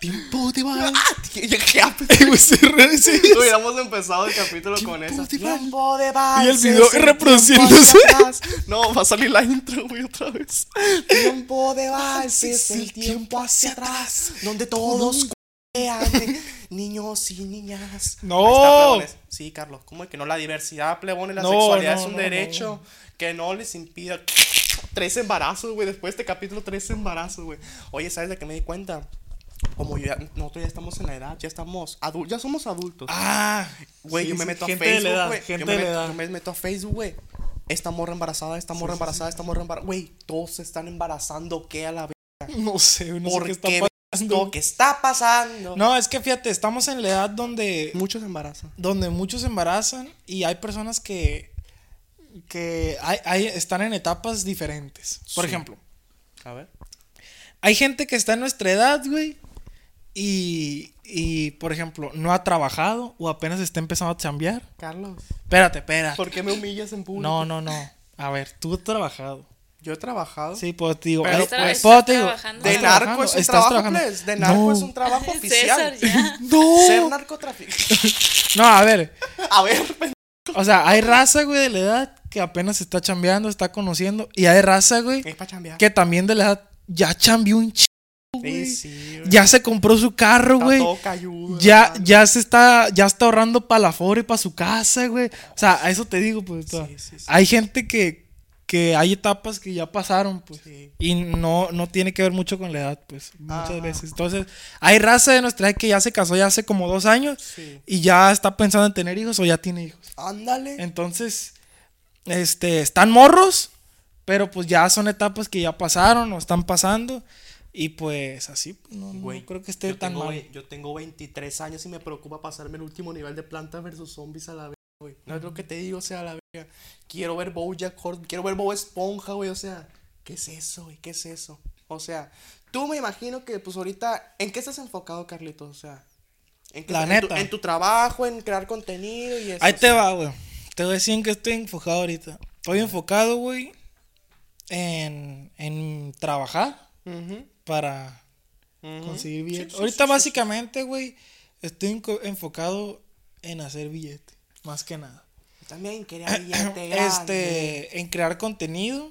Tiempo de [LAUGHS] Ah, vals. tío, ya, ya, [LAUGHS] pues, Eh, güey, se [LAUGHS] re- se- Hubiéramos empezado el capítulo con Tiempo esa. de vals. Tiempo de vals, Y el video es reproduciéndose. tiempo atrás. [LAUGHS] No, va a salir la intro, güey, otra vez. Tiempo [LAUGHS] de vals es el tiempo hacia atrás, donde todos [LAUGHS] culean, niños y niñas. No. Ahí está, plebones. Sí, Carlos, ¿cómo es que no? La diversidad, plebón, y la No, sexualidad no, es un no, derecho que no les impida. Tres embarazos, güey, después de este capítulo, tres embarazos, güey. Oye, ¿sabes de qué me di cuenta? Como yo ya- nosotros ya estamos en la edad, ya estamos adultos, ya somos adultos. Ah, Güey, sí, yo me sí, meto a gente Facebook, de la edad, güey. Yo, gente me de la meto- edad. yo me meto a Facebook, güey. Esta morra embarazada, esta morra embarazada, esta morra embarazada. Güey, todos se están embarazando. ¿Qué a la vez? [LAUGHS] No sé, no sé ¿Por qué qué? está ve- pasando. esto? ¿Qué está pasando? No, es que fíjate, estamos en la edad donde, Muchos embarazan. donde muchos se embarazan y hay personas que, que hay- hay- están en etapas diferentes. Por Sí. ejemplo, A ver. hay gente que está en nuestra edad, güey, y, y, por ejemplo, no ha trabajado o apenas está empezando a chambear. Carlos, Espérate, espérate. ¿por qué me humillas en público? No, no, no. A ver, tú has trabajado. Yo he trabajado. Sí, pues te digo, Pero, eh, pues, pues, estás te digo, trabajando. De ¿estás narco trabajando? es un ¿Estás trabajo, trabajando? pues, De narco No. es un trabajo [LAUGHS] César, oficial. [LAUGHS] ya. Ser No. narcotraficante. [LAUGHS] No, a ver. A ver, pen- O sea, hay raza, güey, de la edad que apenas está chambeando, está conociendo. Y hay raza, güey, es para chambear. que también de la edad ya chambeó un chingo, güey. Sí, sí, güey. Ya se compró su carro, Está güey. todo cayudo, Ya, hermano. ya se está, ya está ahorrando para la fora y para su casa, güey. O sea, a eso te digo, pues. o sea, Sí, sí, sí. Hay gente que, que hay etapas que ya pasaron, pues. Sí. Y no, no tiene que ver mucho con la edad, pues, muchas Ajá. veces. Entonces, hay raza de nuestra edad que ya se casó ya hace como dos años Sí. y ya está pensando en tener hijos o ya tiene hijos. Ándale. Entonces, este, están morros, pero pues ya son etapas que ya pasaron o están pasando. Y pues así, pues, no, no Güey, creo que esté yo tan tengo, mal. ve- Yo tengo 23 años y me preocupa pasarme el último nivel de Planta versus Zombies a la verga, güey. No es lo que te digo, o sea, a la verga. Quiero ver Bojack Horseman, quiero ver Bob Esponja, güey, o sea, ¿qué es eso, güey? ¿Qué es eso? O sea, tú me imagino que, pues ahorita, ¿en qué estás enfocado, Carlitos? O sea, ¿en, qué- La en neta. Tu, en tu trabajo, en crear contenido y eso. Ahí o te sea. va, güey. Te decían que estoy enfocado ahorita. Estoy enfocado, güey, en, en trabajar Ujú, para ujú. conseguir billetes. ahorita básicamente, güey, estoy enco- enfocado en hacer billete, más que nada. También quería [COUGHS] billete grande. este, en crear contenido,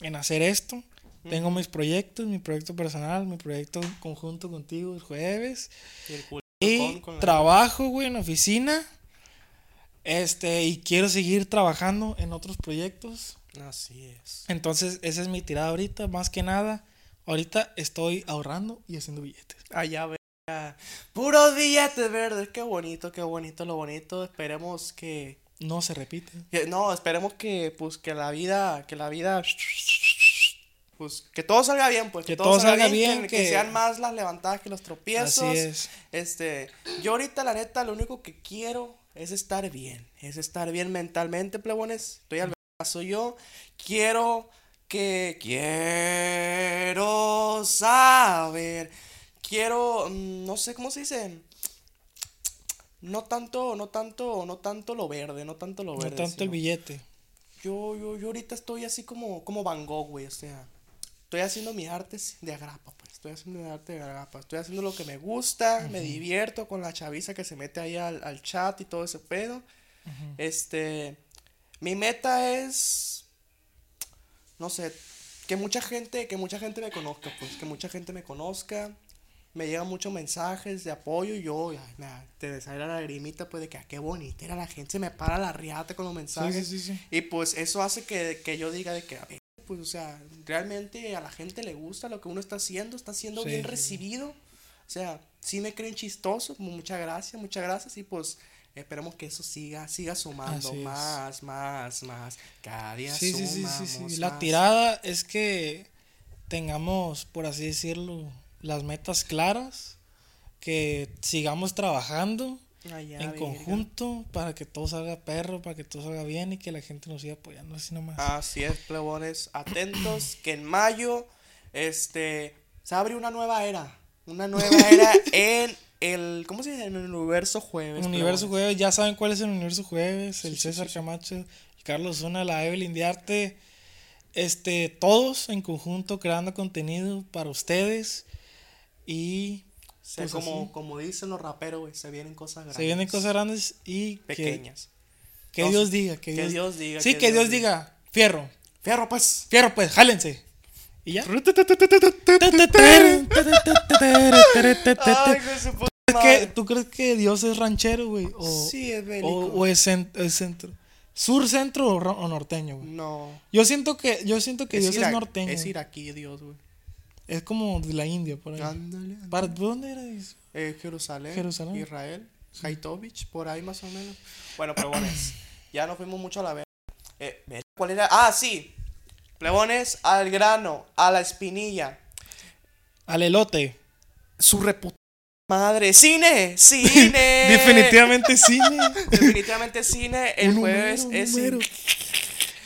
en hacer esto. Tengo mis proyectos, mi proyecto personal, mi proyecto en conjunto contigo el jueves. Y el culo Y con- con la- trabajo, güey, en oficina. Este, y quiero seguir trabajando en otros proyectos. Así es. Entonces, esa es mi tirada ahorita, más que nada. Ahorita estoy ahorrando y haciendo billetes. Allá, Puros billetes verdes, qué bonito, qué bonito, lo bonito. Esperemos que, No se repite. que- no, esperemos que, pues, que la vida, que la vida, pues, que todo salga bien, pues, que, todo, salga, bien, que, que sean más las levantadas que los tropiezos. Así es. Este, yo ahorita la neta, lo único que quiero es estar bien, es estar bien mentalmente, plebones. Estoy al paso yo. Quiero que quiero saber. Quiero, mm, no sé cómo se dice. No tanto, no tanto, no tanto lo verde, no tanto lo No verde. tanto el sino- billete. Yo, yo, yo ahorita estoy así como, como Van Gogh, güey, o sea, estoy haciendo mis artes de agrapa, pues, estoy haciendo mi arte de agrapa, estoy haciendo lo que me gusta, me divierto con la chaviza que se mete ahí al, al chat y todo ese pedo. Este, mi meta es, no sé, que mucha gente, que mucha gente me conozca, pues, que mucha gente me conozca. Me llegan muchos mensajes de apoyo y yo, ay, me- te sale la lagrimita, pues, de que ah, qué bonita era la gente, se me para la riata con los mensajes. sí, sí. Y pues eso hace que, que yo diga de que, a ver, pues, o sea, realmente a la gente le gusta lo que uno está haciendo, está siendo Sí, bien sí, sí. recibido. O sea, sí me creen chistoso, mu- muchas gracias, muchas gracias. Y pues esperemos que eso siga, siga sumando Así es. más, más, más. Cada día Sí, sí, sí, sí, sumamos sí. La más. tirada es que tengamos, por así decirlo, las metas claras, que sigamos trabajando Ay, ya, en verga. conjunto para que todo salga perro, para que todo salga bien y que la gente nos siga apoyando así nomás. Así es, plebones, atentos, que en mayo este, se abre una nueva era. Una nueva [LAUGHS] era en el, ¿cómo se dice? En el universo jueves. Universo plebones. Jueves, ya saben cuál es el Universo Jueves, el César Camacho, el Carlos Zuna, la Evelyn de Arte, este, todos en conjunto creando contenido para ustedes y Se- Pues como, así. como dicen los raperos, güey, se vienen cosas grandes. se vienen cosas grandes y que- pequeñas. Que, No, Dios diga, que que Dios, Dios diga, Sí, que que, Dios Dios diga, fierro, Fierro, pues. fierro pues, jálense. Y ya. Ay, güey, su puta ¿Tú crees que- madre. ¿Tú crees que Dios es ranchero, güey? O, Sí, es o, bélico. o es, cen- es centro. ¿Sur, centro o, ro- o norteño, güey? No. Yo siento que, yo siento que Dios ira- es norteño. Es Es, iraquí, Dios, güey. como de la India, por ahí. Ándale. ¿Para dónde era eso? Eh, Jerusalén, Jerusalén. Israel, Haitovich, por ahí más o menos. [CLEARS THROAT] Bueno, plebones, ya nos fuimos mucho a la vez. Eh, ver- ¿Cuál era? Ah, sí. Plebones, al grano, a la espinilla. Al elote. Su reputada madre. ¡Cine! ¡Cine! [LAUGHS] Definitivamente cine. Definitivamente cine. El Un número, jueves un es número.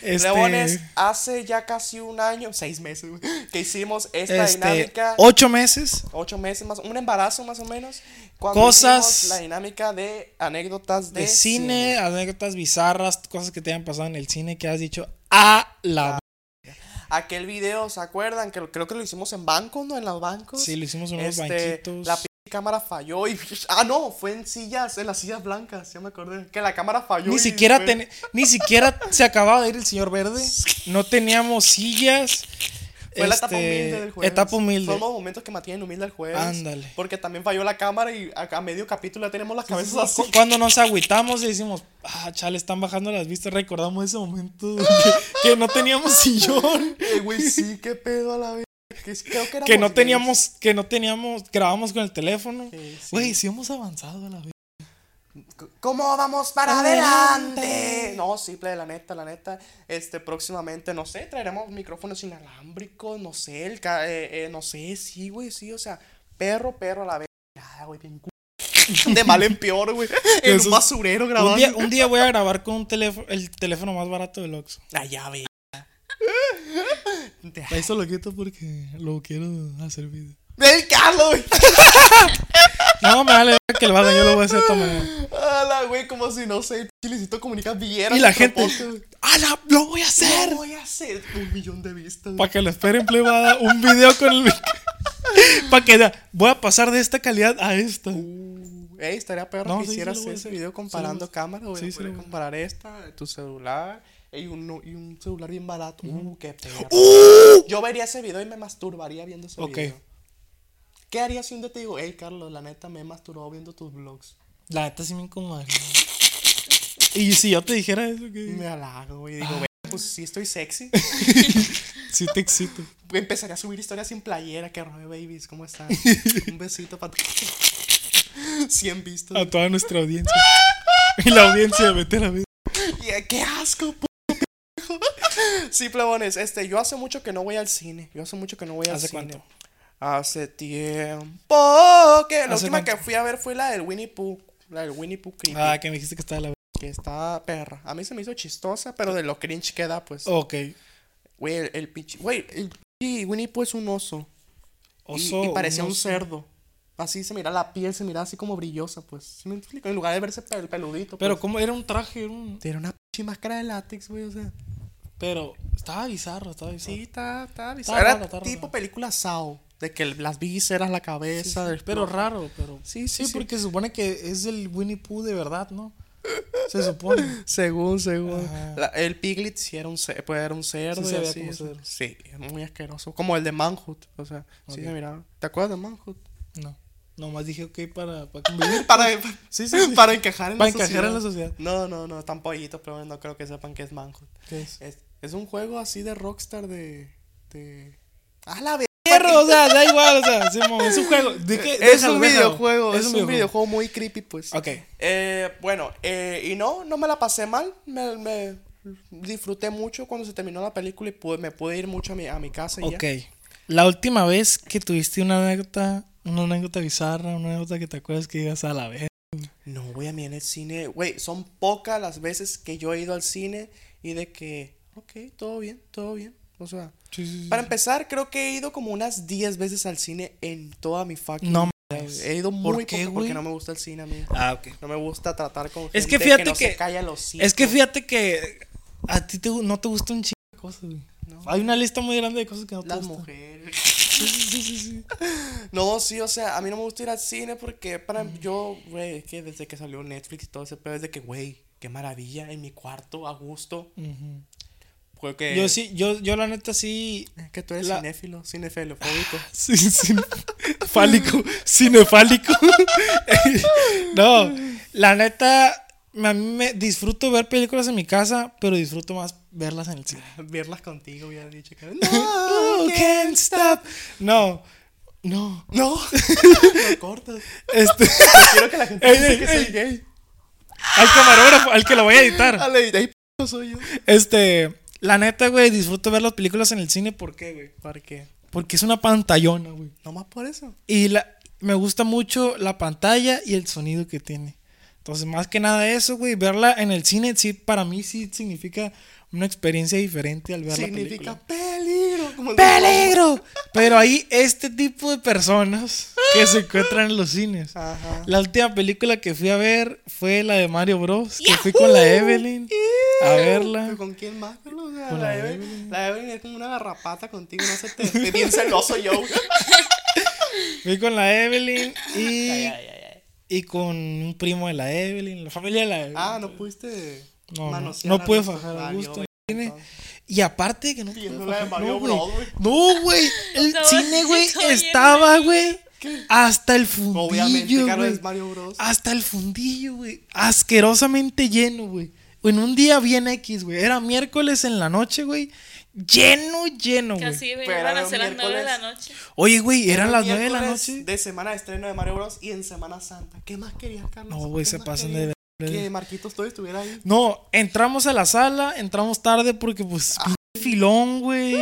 Este, Leones, hace ya casi un año, seis meses, güey, que hicimos esta este, dinámica. ocho meses. Ocho meses más, un embarazo más o menos. Cuando Cosas- hicimos la dinámica de anécdotas de, de cine, anécdotas bizarras, cosas que te hayan pasado en el cine que has dicho a la. Aquel video, ¿se acuerdan? Que lo- creo que lo hicimos en bancos, ¿no? En los bancos. Sí, lo hicimos en unos Este, banquitos. La pinche cámara falló y. [LAUGHS] Ah, no, fue en sillas, en las sillas blancas, ya me acordé. Que la cámara falló. Ni y siquiera, fue- ten- ni siquiera se acababa de ir el señor verde. No teníamos sillas. Fue la etapa este, humilde del jueves. Etapa humilde. Son los momentos que mantienen humilde el jueves. Ándale. Porque también falló la cámara y a, a medio capítulo ya tenemos las cabezas así. [LAUGHS] Cu- Cuando nos agüitamos y decimos, ah, chale, están bajando las vistas, recordamos ese momento [LAUGHS] que, que no teníamos sillón, Eh, Güey, sí, qué pedo a la vez. Que, creo que, que éramos no teníamos, que no teníamos, grabamos con el teléfono. Sí, sí. Güey, sí hemos avanzado a la vez. gays. ¿Cómo vamos para adelante? Adelante. No, sí, ple, la neta, la neta. Este, próximamente, no sé, traeremos micrófonos inalámbricos, no sé, el, ca- eh, eh, no sé, sí, güey, sí, o sea, perro, perro a la vez. Ah, güey, bien cu- [LAUGHS] De mal en peor, güey. En Eso un es- basurero grabando. Un día, un día voy a grabar con un teléfono, el teléfono más barato del Oxxo. La llave. Te- Eso lo quito porque lo quiero hacer video. [LAUGHS] ¡Del Carlos, güey! No, me vale verga que el vato, yo lo voy a hacer de otra manera. ¡Hala, güey! Como si no sé, Chilecito Comunica viera. Y la nuestro gente, podcast, güey. ¡Ala! ¡Lo voy a hacer! ¿Qué voy a hacer? Un millón de vistas. Para que lo esperen plebada, un video con [LAUGHS] el Para que da- voy a pasar de esta calidad a esta. Uh, ey, estaría peor No, que sí, sí hicieras lo voy a ese hacer. video Sí lo comparando voy a- cámaras, güey. sí, sí lo Podría voy a- comparar esta, de tu celular, ey, un, no- y un celular bien barato. Uh, qué perro. Yo vería ese video y me masturbaría viendo ese ¡Uh! Ok. video. ¿Qué harías si un día te digo, hey, Carlos, la neta me he masturbado viendo tus vlogs? La neta sí me incomoda. Y si yo te dijera eso, Y que me halago y digo, Ah. "Ve, pues sí estoy sexy. sí te excito. [LAUGHS] Empezaría a subir historias sin playera, que robe babies, ¿cómo están? Un besito para 100 vistas. A toda nuestra audiencia. Y la audiencia, vete a la vez. Y- eh, ¡Qué asco, puto! sí, plebones, este, yo hace mucho que no voy al cine. Yo hace mucho que no voy al ¿Hace cine. cuánto? Hace tiempo que la ¿Hace última cuánto? que fui a ver fue la del Winnie Pooh. La del Winnie Pooh creepy. Ah, que me dijiste que estaba la vez. Que está perra. A mí se me hizo chistosa, pero de lo cringe que da, pues. Ok. Güey, el, el pinche. Güey, el pinche Winnie Pooh es un oso. Y- Oso, y, parecía un oso. cerdo. Así se mira la piel, se mira así como brillosa, pues. ¿Sí me explico? En lugar de verse pel- peludito. Pero pues. como era un traje, era un- Era una pinche máscara de látex, güey, o sea. Pero estaba bizarro, estaba bizarro. Sí, está, está Ah. Está Era raro, está raro. tipo película Sao. De que el- las vísceras, la cabeza. el- Pero raro, pero. Sí, sí, sí. porque se supone que es el Winnie Pooh de verdad, ¿no? Se supone. Según, según. Ajá. La- el Piglet sí era un, ce- pues, era un cerdo. Ah. Sí y se veía así, como o sea, cerdo. Sí, muy asqueroso. Como el de Manhood. O sea, sí Ok. se miraba. ¿Te acuerdas de [LAUGHS] Manhood? No. Nomás dije ok para, para convivir. Para, Sí, sí, sí. [LAUGHS] para encajar en Para la encajar sociedad. en la sociedad. No, no, no, tan pollito, pero no creo que sepan que es Manhood. ¿Qué es? Es, es un juego así de Rockstar de. de... ¡A la verga! Perro, o sea, da igual, o sea, Simón, es un juego. ¿De qué? Es Déjalo, un déjalo. videojuego, es, un videojuego. muy creepy, pues. Ok. Eh, bueno, eh, y no, no me la pasé mal. Me, me disfruté mucho cuando se terminó la película y pude- me pude ir mucho a mi, a mi casa. Y ya. Ok. La última vez que tuviste una anécdota, una anécdota bizarra, una anécdota que te acuerdas que digas a la vez. No, voy a mí en el cine. Güey, son pocas las veces que yo he ido al cine y de que, ok, todo bien, todo bien. O sea, para empezar, creo que he ido como unas 10 veces al cine en toda mi fucking. No vida. mames. He ido ¿Por muy qué, poco güey? porque no me gusta el cine a mí. Ah, ok. No me gusta tratar con Es gente que fíjate no se que- calla los Es que fíjate que a ti te gu- no te gusta un chingo de cosas, güey. Hay una lista muy grande de cosas que no te Las gustan. mujeres. Sí, sí, sí, sí. [LAUGHS] No, sí, o sea, a mí no me gusta ir al cine porque para Mm. yo, güey, es que desde que salió Netflix y todo ese pedo es de que, güey, qué maravilla en mi cuarto a gusto. Ujú. Porque Yo sí, yo, yo la neta [LAUGHS] sí. Es que tú eres La- cinéfilo, cinefelofóbico. Sí, sí, fálico, cinefálico. [LAUGHS] no, la neta, a mí me disfruto ver películas en mi casa, pero disfruto más [LAUGHS] verlas en el cine. Verlas contigo, hubiera dicho que. No, can't stop. No, no. [LAUGHS] No, [LAUGHS] lo cortas. Este, [LAUGHS] Quiero que la gente Ey, piense ey, que ey. soy gay. al camarógrafo, al que lo voy a editar. Dale, ahí p- soy yo. Este, la neta, güey, disfruto ver las películas en el cine. ¿Por qué, güey? ¿Por qué? Porque es una pantallona, güey. Nomás por eso. Y la, me gusta mucho la pantalla y el sonido que tiene. Entonces, más que nada eso, güey, verla en el cine, sí, para mí sí significa una experiencia diferente al ver Significa la película. peligro. Como el de- ¡Peligro! Pero ahí este tipo de personas que se encuentran en los cines. Ajá. La última película que fui a ver fue la de Mario Bros. Que fui con la Evelyn a verla. ¿Pero ¿Con quién más? Carlos? O sea, Con la, la Evelyn. la Evelyn es como una garrapata contigo. No sé, te, te bien celoso yo. [LAUGHS] Fui con la Evelyn y, Ay, ay, ay, ay. y con un primo de la Evelyn, la familia de la Evelyn. Ah, no pudiste. No, no, manosear no a puede gusto. fajar a Valió, gusto. güey, Tiene- entonces. Y aparte de que no puede Viendo la de fajar, Mario no, Bros, güey. No, güey. El No, cine, güey, está bien, estaba, güey. Hasta el fundillo. Obviamente, Carlos güey. es Mario Bros. Hasta el fundillo, güey. Asquerosamente lleno, güey. En un día bien X, güey. Era miércoles en la noche, güey. Lleno, lleno, güey. Casi me Pero iban a era un hacer las 9 de la miércoles. noche. Oye, güey, eran Era las nueve de la miércoles noche. De semana de estreno de Mario Bros. y en Semana Santa. ¿Qué más querías, Carlos? No, güey, ¿Qué se más pasan querías? de verga. Que Marquitos todo estuviera ahí. No, entramos a la sala, entramos tarde porque, pues, Ah. pinche filón, güey.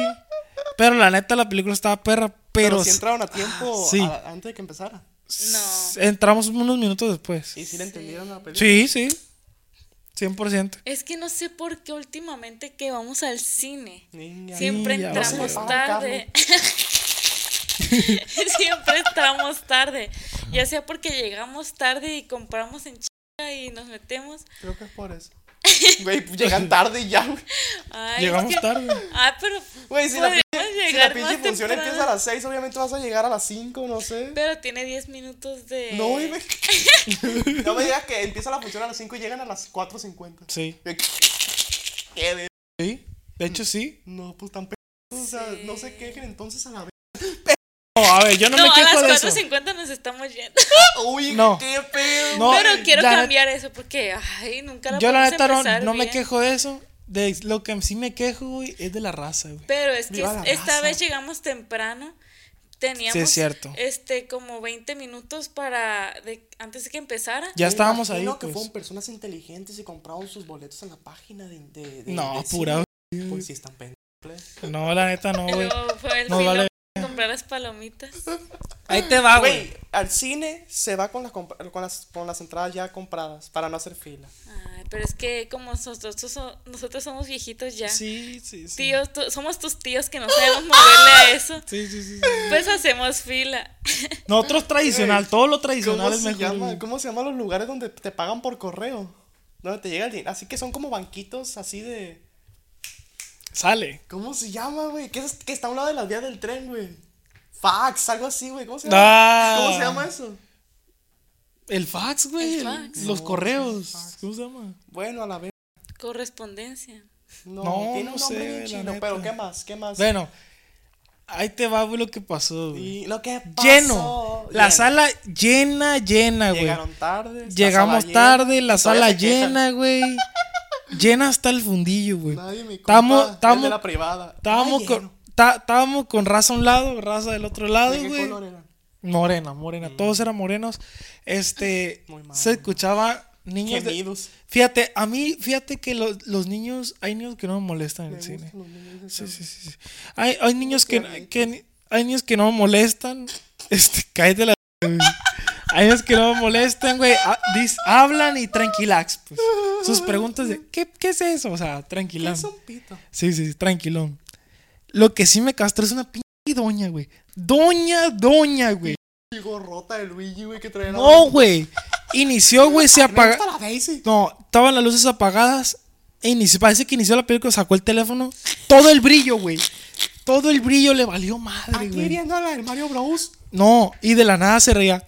Pero la neta, la película estaba perra, Pero, pero si entraron a tiempo sí. a- antes de que empezara. No. entramos unos minutos después. Y si le entendieron la película. Sí, sí. 100%. Es que no sé por qué últimamente que vamos al cine. Niña, Siempre ya entramos sé. tarde. [LAUGHS] Siempre entramos tarde. Ya sea porque llegamos tarde y compramos en chica y nos metemos. Creo que es por eso. [LAUGHS] Güey, llegan tarde y ya, güey. Ay, Llegamos es que- tarde. Ah, pero Güey, si la, podríamos pinche- si la llegar pinche más función temprano. empieza a las 6, obviamente vas a llegar a las 5, no sé. Pero tiene 10 minutos de. No, güey. [LAUGHS] No me digas que empieza la función a las 5 y llegan a las 4.50. Sí. ¿Qué de- Sí. De hecho, [LAUGHS] sí. No, pues tan p. O sea, no se quejen entonces a la vez. No, a ver, yo no, No, me a quejo de las eso. 4.50 nos estamos yendo. Uy, No. qué pedo. No, eh, pero quiero la cambiar eso porque, ay, nunca la Yo la podemos neta no, empezar no me bien. quejo de eso. De lo que sí me quejo, güey, es de la raza, güey. Pero es que Viva la esta raza. vez llegamos temprano. teníamos Sí, es cierto. este como 20 minutos para de, antes de que empezara. Ya Me estábamos ahí. imagino que pues. fueron personas inteligentes y compraron sus boletos en la página de. de- de- No, de cine. pura. Pues sí, están pendejos. No, la neta no, Y güey. luego fue el No video vale. de comprar las palomitas. Ahí te va, Güey, al cine se va con las, comp- con, las, con las entradas ya compradas para no hacer fila. Ay, pero es que como nosotros, so- nosotros somos viejitos ya. Sí, sí, sí. Tíos, tú- somos tus tíos que no sabemos moverle a eso. Sí, sí, sí. sí. Pues hacemos fila. Nosotros tradicional, todo lo ¿Cómo tradicional es se, mejor. llama, güey. ¿Cómo se llaman los lugares donde te pagan por correo? Donde te llega el dinero. Así que son como banquitos así de. Sale. ¿Cómo se llama, güey? Que, es- que está a un lado de las vías del tren, güey. Fax, algo así, güey. ¿Cómo se llama? Ah. ¿Cómo se llama eso? El fax, güey. El el- fax. Los correos. ¿Cómo se llama? Bueno, a la vez. Correspondencia. No, No, tiene un no nombre sé, bien la chino, neta. pero ¿qué más? ¿Qué más? Bueno, ahí te va, güey, lo que pasó, güey. Y lo que pasó. Lleno. La Lleno. sala llena, llena, güey. Llegaron tarde. la Llegamos sala tarde, llena, la y todavía sala se quejan. [LAUGHS] llena, güey. llena hasta el fundillo, güey. Nadie me Estamos, culpa, el de estamos, la privada. estábamos Ay, con, lleno. ta- estábamos con raza a un lado, raza del otro lado, ¿De qué güey. color era? Morena, morena, todos eran morenos. Este, [LAUGHS] Muy mal. se escuchaba niños. de- Gemidos. Fíjate, a mí, fíjate que los, los niños, hay niños que no me molestan en el cine. Sí, sí, sí, sí. Hay, hay niños que, que ni- hay niños que no me molestan. [LAUGHS] Este, cállate la. [LAUGHS] güey. Hay niños que no me molestan, güey. Ha- dis- hablan y tranquilax, pues. Sus preguntas de ¿qué, qué es eso? O sea, tranquilón. Es un pito. Sí, sí, sí, tranquilón. Lo que sí me castró es una pinche doña, güey. Doña, doña, güey. Y gorrota de Luigi, güey, que traía la- No, güey. Inició, güey, se Me apagó. gusta la Daisy. No, estaban las luces apagadas. E inició, parece que inició la película, sacó el teléfono. Todo el brillo, güey. Todo el brillo le valió madre, Aquí güey. viendo a la del Mario Bros. No, y de la nada se reía.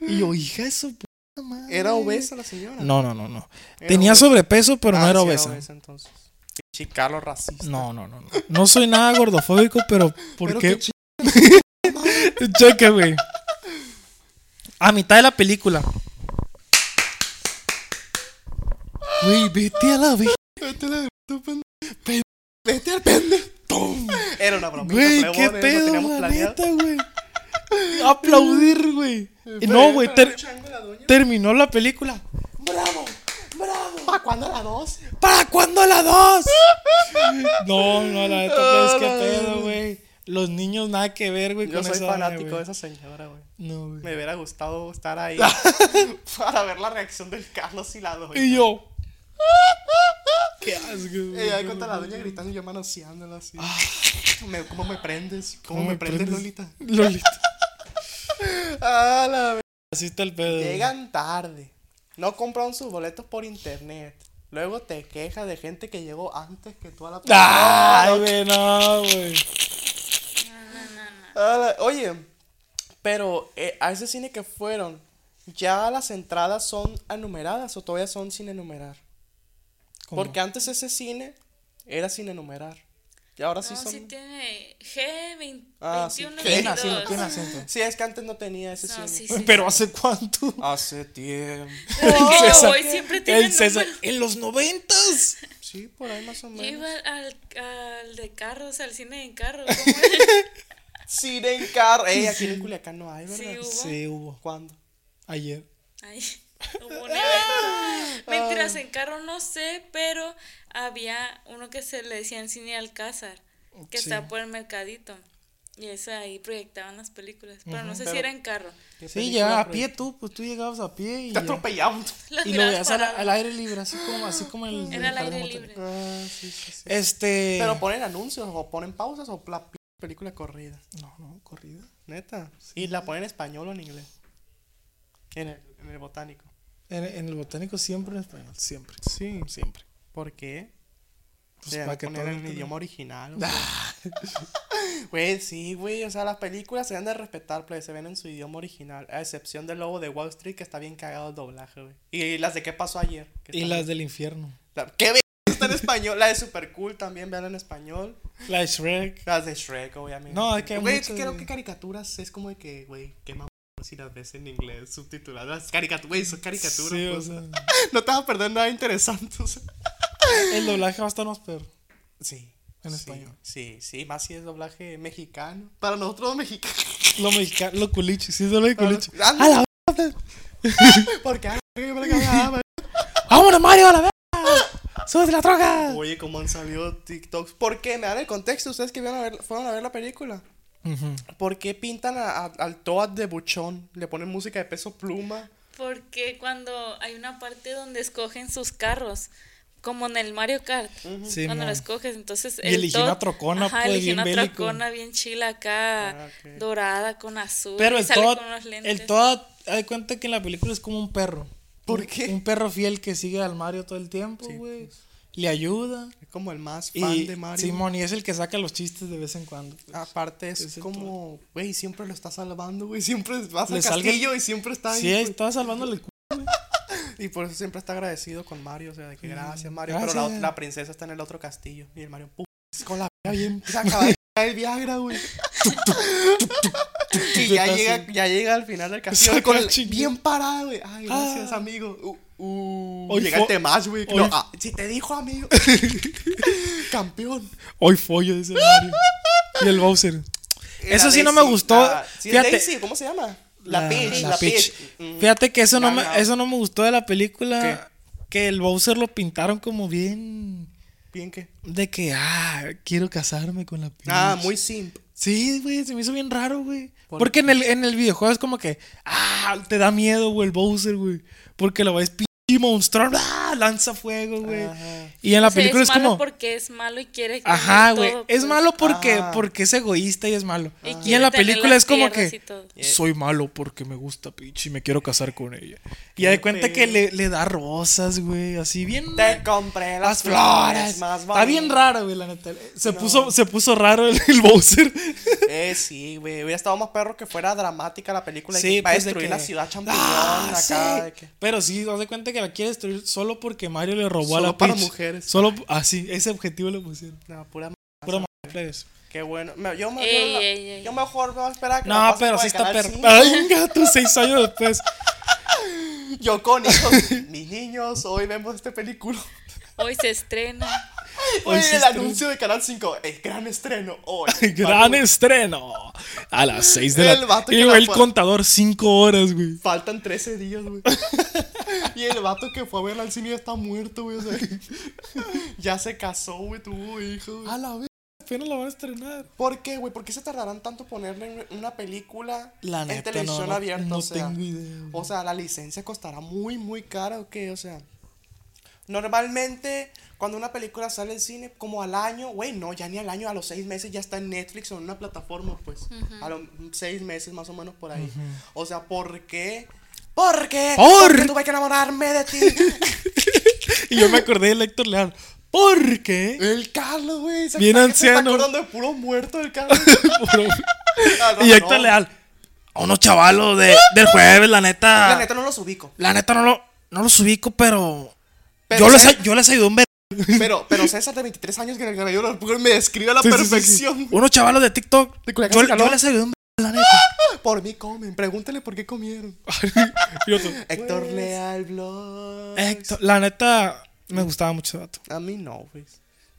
Y yo, hija de su puta madre. Era obesa la señora. No, no, no, no. Era Tenía obesa. sobrepeso, pero no Ah, era sí obesa. entonces. Chicalo racista. No, no, no, no. No soy nada gordofóbico, pero ¿por Pero qué? qué chi- [LAUGHS] Checa, güey. A mitad de la película. Güey, vete a la vez. Vete al pendejo. Vete al pendejo. ¡Pum! Era una broma. Güey, qué pedo, la neta, güey. Aplaudir, güey. Y No, güey, ter- terminó la película. ¡Bravo! ¡Bravo! ¿Para cuándo la dos? ¿Para cuándo la dos? [LAUGHS] No, no, la neta, es que Ah, pedo, güey. Los niños nada que ver, güey, Yo con soy esa madre, fanático güey. de esa señora, güey. No, güey. Me hubiera gustado estar [LAUGHS] ahí para ver la reacción del Carlos y la doña. Y yo. [LAUGHS] Qué asco. güey. Ah. Ella ahí contra la doña gritando y yo manoseándola así. Me- ¿Cómo me prendes? ¿Cómo, me, prendes, Lolita? [LAUGHS] Lolita. Ah, la ve- Así está el pedo. güey. Llegan tarde. No compraron sus boletos por internet. Luego te quejas de gente que llegó antes que tú a la Ay, güey, no, güey. A la- Oye, pero eh, a ese cine que fueron, ¿ya las entradas son enumeradas o todavía son sin enumerar? ¿Cómo? Porque antes ese cine era sin enumerar. Y Ah, ahora sí No, son. sí tiene G21. Ah, sí. Tiene 22. acento, [LAUGHS] tiene acento. Sí, es que antes no tenía ese cine. No, sí, sí. Pero ¿hace cuánto? [LAUGHS] Hace tiempo. Desde que yo César. voy siempre tiene El César. número. En los noventas. Sí, por ahí más o Yo iba menos. al, al de carros, al cine en carros. ¿cómo era? Cine en carro. Ey, aquí en Culiacán no hay, Sí, ¿verdad? hubo. Sí, hubo. ¿Cuándo? Ayer. [LAUGHS] Ay, hubo un Ah. evento. Mentiras, en carro no sé, pero había uno que se le decía en cine Alcázar, que Sí. estaba por el mercadito. Y eso ahí proyectaban las películas, pero no sé si Pero- era en carro. [LAUGHS] ¿Qué Sí, película llegaba a fue? pie tú, pues tú llegabas a pie y. Te ya. atropellaron. Las Y lo mirabas veías al, paradas. al aire libre, así como, así como el. Era el al aire jardín botánico. libre. Ah, sí, sí, sí. Este. Pero ponen anuncios o ponen pausas o la p- película corrida. No, no, corrida. Neta. Y la ponen en español o en inglés. En el, en el botánico. En, en el botánico siempre en español, siempre. Sí. Siempre. ¿Por qué? Pues o sea, para que poner todo en el el- idioma original. o sea. Güey, sí, güey. O sea, las películas se han de respetar, pero se ven en su idioma original. A excepción del lobo de Wall Street, que está bien cagado el doblaje, güey. Y las de qué pasó ayer. que Y están- las del infierno. la- ¿Qué ve- Está en español. La de Super Cool también, vean en español. La de Shrek. Las de Shrek, obviamente. No, es que hay Güey, mucho creo de- que caricaturas es como de que, güey, qué mamón si las ves en inglés subtituladas. Las caricaturas, güey, son caricaturas. Sí, o pues. sea, No te vas a perder nada interesante. o sea. el doblaje va a estar más peor. Sí. en sí, español. Sí, sí, más si es doblaje mexicano. Para nosotros los mexicanos. Ah, Lo mexicano, lo culichi, sí, solo de culichi. ¡A la Porque ah, yo me la cagaba. ¡Vámonos, Mario, a la verga! ¡Súbete la troca! Oye, cómo han salido TikToks. ¿Por qué? Me dan el contexto. Ustedes que vieron a ver- fueron a ver la película. Ujú. ¿Por qué pintan a- a- al Toad de buchón? Le ponen música de peso pluma. Porque cuando hay una parte donde escogen sus carros, como en el Mario Kart, Sí, cuando man. lo escoges, entonces. Y eligió Todd- una trocona, ajá, pues, eligió bien una bélico. trocona bien chila acá, Ah, ok. dorada con azul. Pero y el sale Todd, con unos lentes. el Todd, hay cuenta que en la película es como un perro. ¿Por Un- qué? Un perro fiel que sigue al Mario todo el tiempo, güey. Le ayuda. Es como el más fan Y de Mario. Simón, y es el que saca los chistes de vez en cuando. Aparte, es, Pues, Es el como, güey, siempre lo está salvando, güey. Siempre vas Le al salga- castillo y siempre está ahí. Sí, güey. estaba salvándole el cu- Y por eso siempre está agradecido con Mario. O sea, de que gracias, Mario. Pero la, Gracias. la princesa está en el otro castillo. Y el Mario, [LAUGHS] "Pu- es con la p bien. Se acaba de caer el Viagra, güey. y ya llega, ya llega al final del castillo. Saca Con el, la chingada. bien parada, güey. Ay, gracias, Ah. amigo. Uh, uh. Hoy llega fue- el Temach, güey. hoy- No, ah, si te dijo, [LAUGHS] amigo. Campeón. Hoy follo, dice el Mario. y el Bowser. Eso La sí no me Daisy, gustó. la- sí, es Fíjate. Daisy, ¿Cómo se llama? La, Peach. La, Peach. Peach. Mm. Fíjate que eso no, No, me, no. eso no me gustó de la película. Que el Bowser lo pintaron como bien. Bien que. De que, ah, quiero casarme con la Peach. Ah, muy simp. Sí, güey, se me hizo bien raro, güey. Porque en el, en el videojuego es como que, ah, te da miedo, güey, el Bowser, güey. Porque lo ves pinche monstruo, ah, lanza fuego, güey. Ajá. Y en la O sea, película es, es, malo como, porque es malo y quiere. ajá, tener güey, todo, es pues. malo porque, Ah. porque es egoísta y es malo. Y Y, quiere en la tener película las es como tierras que, y todo. Eh. soy malo porque me gusta pinche y me quiero casar con ella. Y ya de cuenta que le, le da rosas, güey, así bien. Te compré Las flores. más Está bien bonitas. raro, güey, la neta. Se, puso, se puso raro el, el Bowser. Eh, sí, güey. Hubiera estado más perro que fuera dramática la película. Sí, Sí, va a pues, de destruir que- la ciudad champiñón Ah, acá. sí. de que- Pero sí, haz de cuenta que la quiere destruir solo porque Mario le robó Solo a la para Peach. mujeres. Solo, así, ese objetivo le pusieron. No, pura m- Pura madre, plebes. Qué bueno. Me- Yo, me, yo Ey, la- ey, ey. yo mejor me voy a esperar a que la No, pasen pero por el sí está canal perro. cinco. Ay, gato, seis años después. Yo [LAUGHS] con hijos. mis niños, hoy vemos este película. Hoy se estrena. Hoy Oye, sí el estreno. anuncio de Canal 5. El gran estreno hoy. [LAUGHS] Gran Faltan- estreno. A las seis de El la vato Y que güey, la el fue- contador, cinco horas, güey. Faltan 13 días, güey. y el vato que fue a verla al cine ya está muerto, güey. o sea, [LAUGHS] ya se casó, güey, tuvo hijos. güey. A la vez, apenas la van a estrenar. ¿Por qué, güey? ¿Por qué se tardarán tanto ponerle en una película La en neta, televisión no, no- abierta? no o sea, tengo idea, güey. O sea, la licencia costará muy, muy cara o qué, o sea. Normalmente, cuando una película sale en cine, como al año, güey, no, ya ni al año, a los seis meses ya está en Netflix o en una plataforma, pues. A los seis meses más o menos por ahí. O sea, ¿por qué? ¿Por qué? ¿Por? Porque tuve que enamorarme de [LAUGHS] ti. Y yo me acordé de Héctor Leal. [LAUGHS] ¿Por qué? el Carlos, güey. se- Bien ¿para qué se anciano. Está acordando de puro muerto el Carlos. Puro- Ah, no, [LAUGHS] y Héctor no. Leal. A unos chavalos de, del jueves, la neta. La neta no los ubico. no, lo, no los ubico, pero. Pero yo, les, sé- ay- yo les ayudé un ver. Pero, pero César de 23 años que me- yo- me describe a la Sí, sí, sí, sí. perfección. Unos chavalos de TikTok. De yo, Culiacán, Sinaloa. yo les ayudé un ver, la neta. Por mí comen, pregúntale por qué comieron. Ah, [LAUGHS] Y otro, Héctor Leal Vlogs. pues. Héctor, la neta, me gustaba mucho ese vato. A mí no, güey.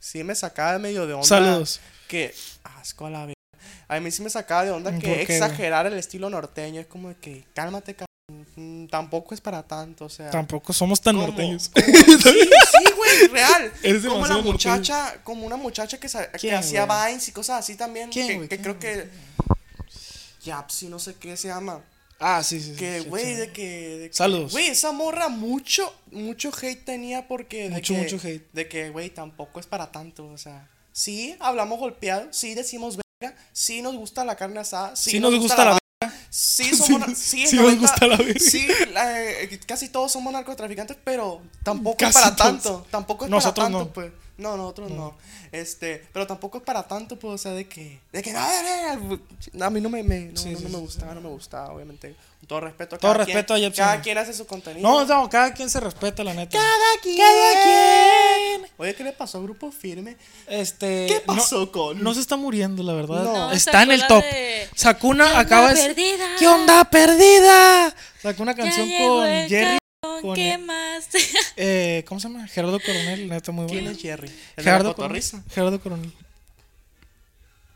Sí me sacaba de medio de onda. Saludos. Que asco a la verga. A mí sí me sacaba de onda ¿Por que qué, güey? exagerar el estilo norteño. Es como de que cálmate, cabrón. Mm, Tampoco es para tanto, o sea. Tampoco somos tan ¿Cómo? norteños. [LAUGHS] ¿Cómo? Sí, sí, güey, real. Eres como la demasiado muchacha, como una muchacha que, sa- que ¿Quién, hacía güey? vines y cosas así también. ¿Quién, que güey? que ¿Quién, creo que. Yapsi, no sé qué se llama. ah, sí, sí. sí, Que, sí, güey, sí. de que. de que- Saludos. Güey, esa morra mucho, mucho hate tenía porque. de Mucho, que- mucho hate. De que, güey, tampoco es para tanto, o sea. Sí, hablamos golpeado, sí decimos verga, sí nos gusta la carne asada, sí, Sí nos gusta la verga. Sí, somos. [LAUGHS] Sí, na- sí, sí el nos 90 gusta la verga. Sí, la- eh, casi todos somos narcotraficantes, pero tampoco Casi es para todos. tanto. Tampoco es Nosotros para tanto, no. pues. No, nosotros Mm. no. Este, pero tampoco es para tanto, pues, o sea, de que. De que, "Ah, eh, eh", a mí no me, me- no, Sí, no, sí, no me sí, gustaba, no me gustaba, obviamente. Con todo respeto a Todo cada respeto quien, a Jepsen. Cada quien hace su contenido. No, no, cada quien se respeta, la neta. cada quien. Cada quien. Oye, ¿qué le pasó a Grupo Firme? Este. ¿Qué no- pasó con.? No se está muriendo, la verdad. No. está en el Sakura top. de- Sakuna onda acaba de. perdida? ¿Qué onda perdida? Sacó una Ya canción llegó con el Jerry. cajón, con ¿Qué el- [LAUGHS] más? [LAUGHS] eh, ¿Cómo se llama? Gerardo Coronel, la neta muy ¿Quién buena. es Jerry? ¿El de la Gerardo Coronel. cotorrisa? Gerardo Coronel.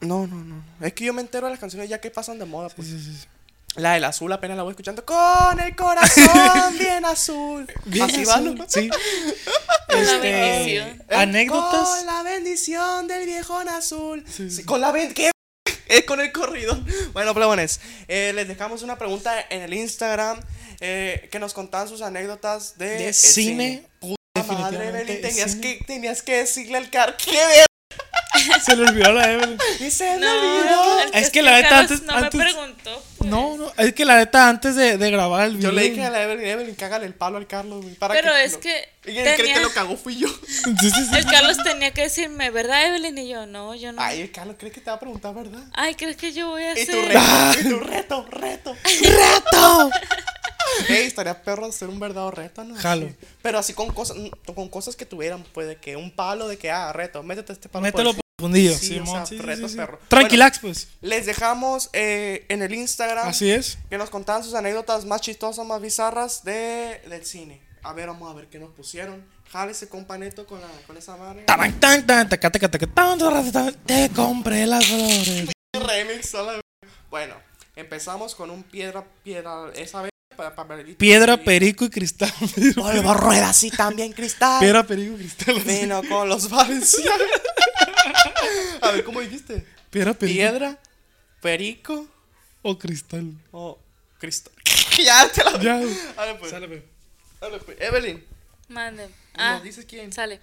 No, no, no. Es que yo me entero de las canciones ya que pasan de moda, pues. Sí, sí, sí. La del azul apenas la voy escuchando. Con el [LAUGHS] corazón bien azul. Bien Así va, azul, ¿no? [LAUGHS] [LAUGHS] sí. La Este, bendición. Eh, anécdotas. Con la bendición del viejón azul. Sí, con la ben... ¿Qué? [LAUGHS] Es con el corrido. Bueno, plebones. eh, les dejamos una pregunta en el Instagram. eh, que nos contaban sus anécdotas de, De el cine. Puta madre, Definitivamente, Belén, tenías cine. que, tenías que decirle al car. ¡Qué ver! [LAUGHS] Se le olvidó la Evelyn. Y se me No, olvidó. Es que la neta, Carlos antes- no antes- me [LAUGHS] preguntó. pues. No, no, es que la neta antes de, de grabar el video. Yo le dije a la Evelyn, Evelyn, cágale el palo al Carlos, güey, para Pero que es lo- que Y el que- el que tenía- lo cagó fui yo. [LAUGHS] Sí, sí, sí. El Carlos tenía que decirme, ¿verdad, Evelyn? Y yo, no, yo no. Ay, el Carlos, ¿crees que te va a preguntar, verdad? Ay, ¿crees que yo voy a Y hacer? tu [LAUGHS] reto, y [LAUGHS] tu reto, reto, reto. [LAUGHS] Ey, estaría perro hacer un verdadero reto, ¿no? Jalo. Sí. Pero así con cosas, con cosas que tuvieran, pues, de que un palo de que, ah, reto, métete este palo. Mételo por por el fundillo. Sí, o Simón, sea, sí, sí, reto sí, sí. perro. Tranquilax, pues. el- Les dejamos eh, en el Instagram. Así es. Que nos contaban sus anécdotas más chistosas, más bizarras de, del cine. A ver, vamos a ver qué nos pusieron. Jálese, compa Neto, con, la, con esa madre. Taran, tan, tan, taca, taca, taca, tan, tan, tan, Te compré las flores. Remix a la- Bueno, empezamos con un piedra, piedra, esa vez. pa- pa- Piedra, perico y cristal. Polvo, rueda, sí, también cristal. Piedra, perico y cristal. Vino con los valencianos. [LAUGHS] A ver, ¿cómo dijiste? Piedra, perico Piedra, perico o cristal. o cristal. [LAUGHS] ya, te la Ya. A ver, pues. a ver, pues. Evelyn, Mande. Ah, ¿nos dices quién? sale.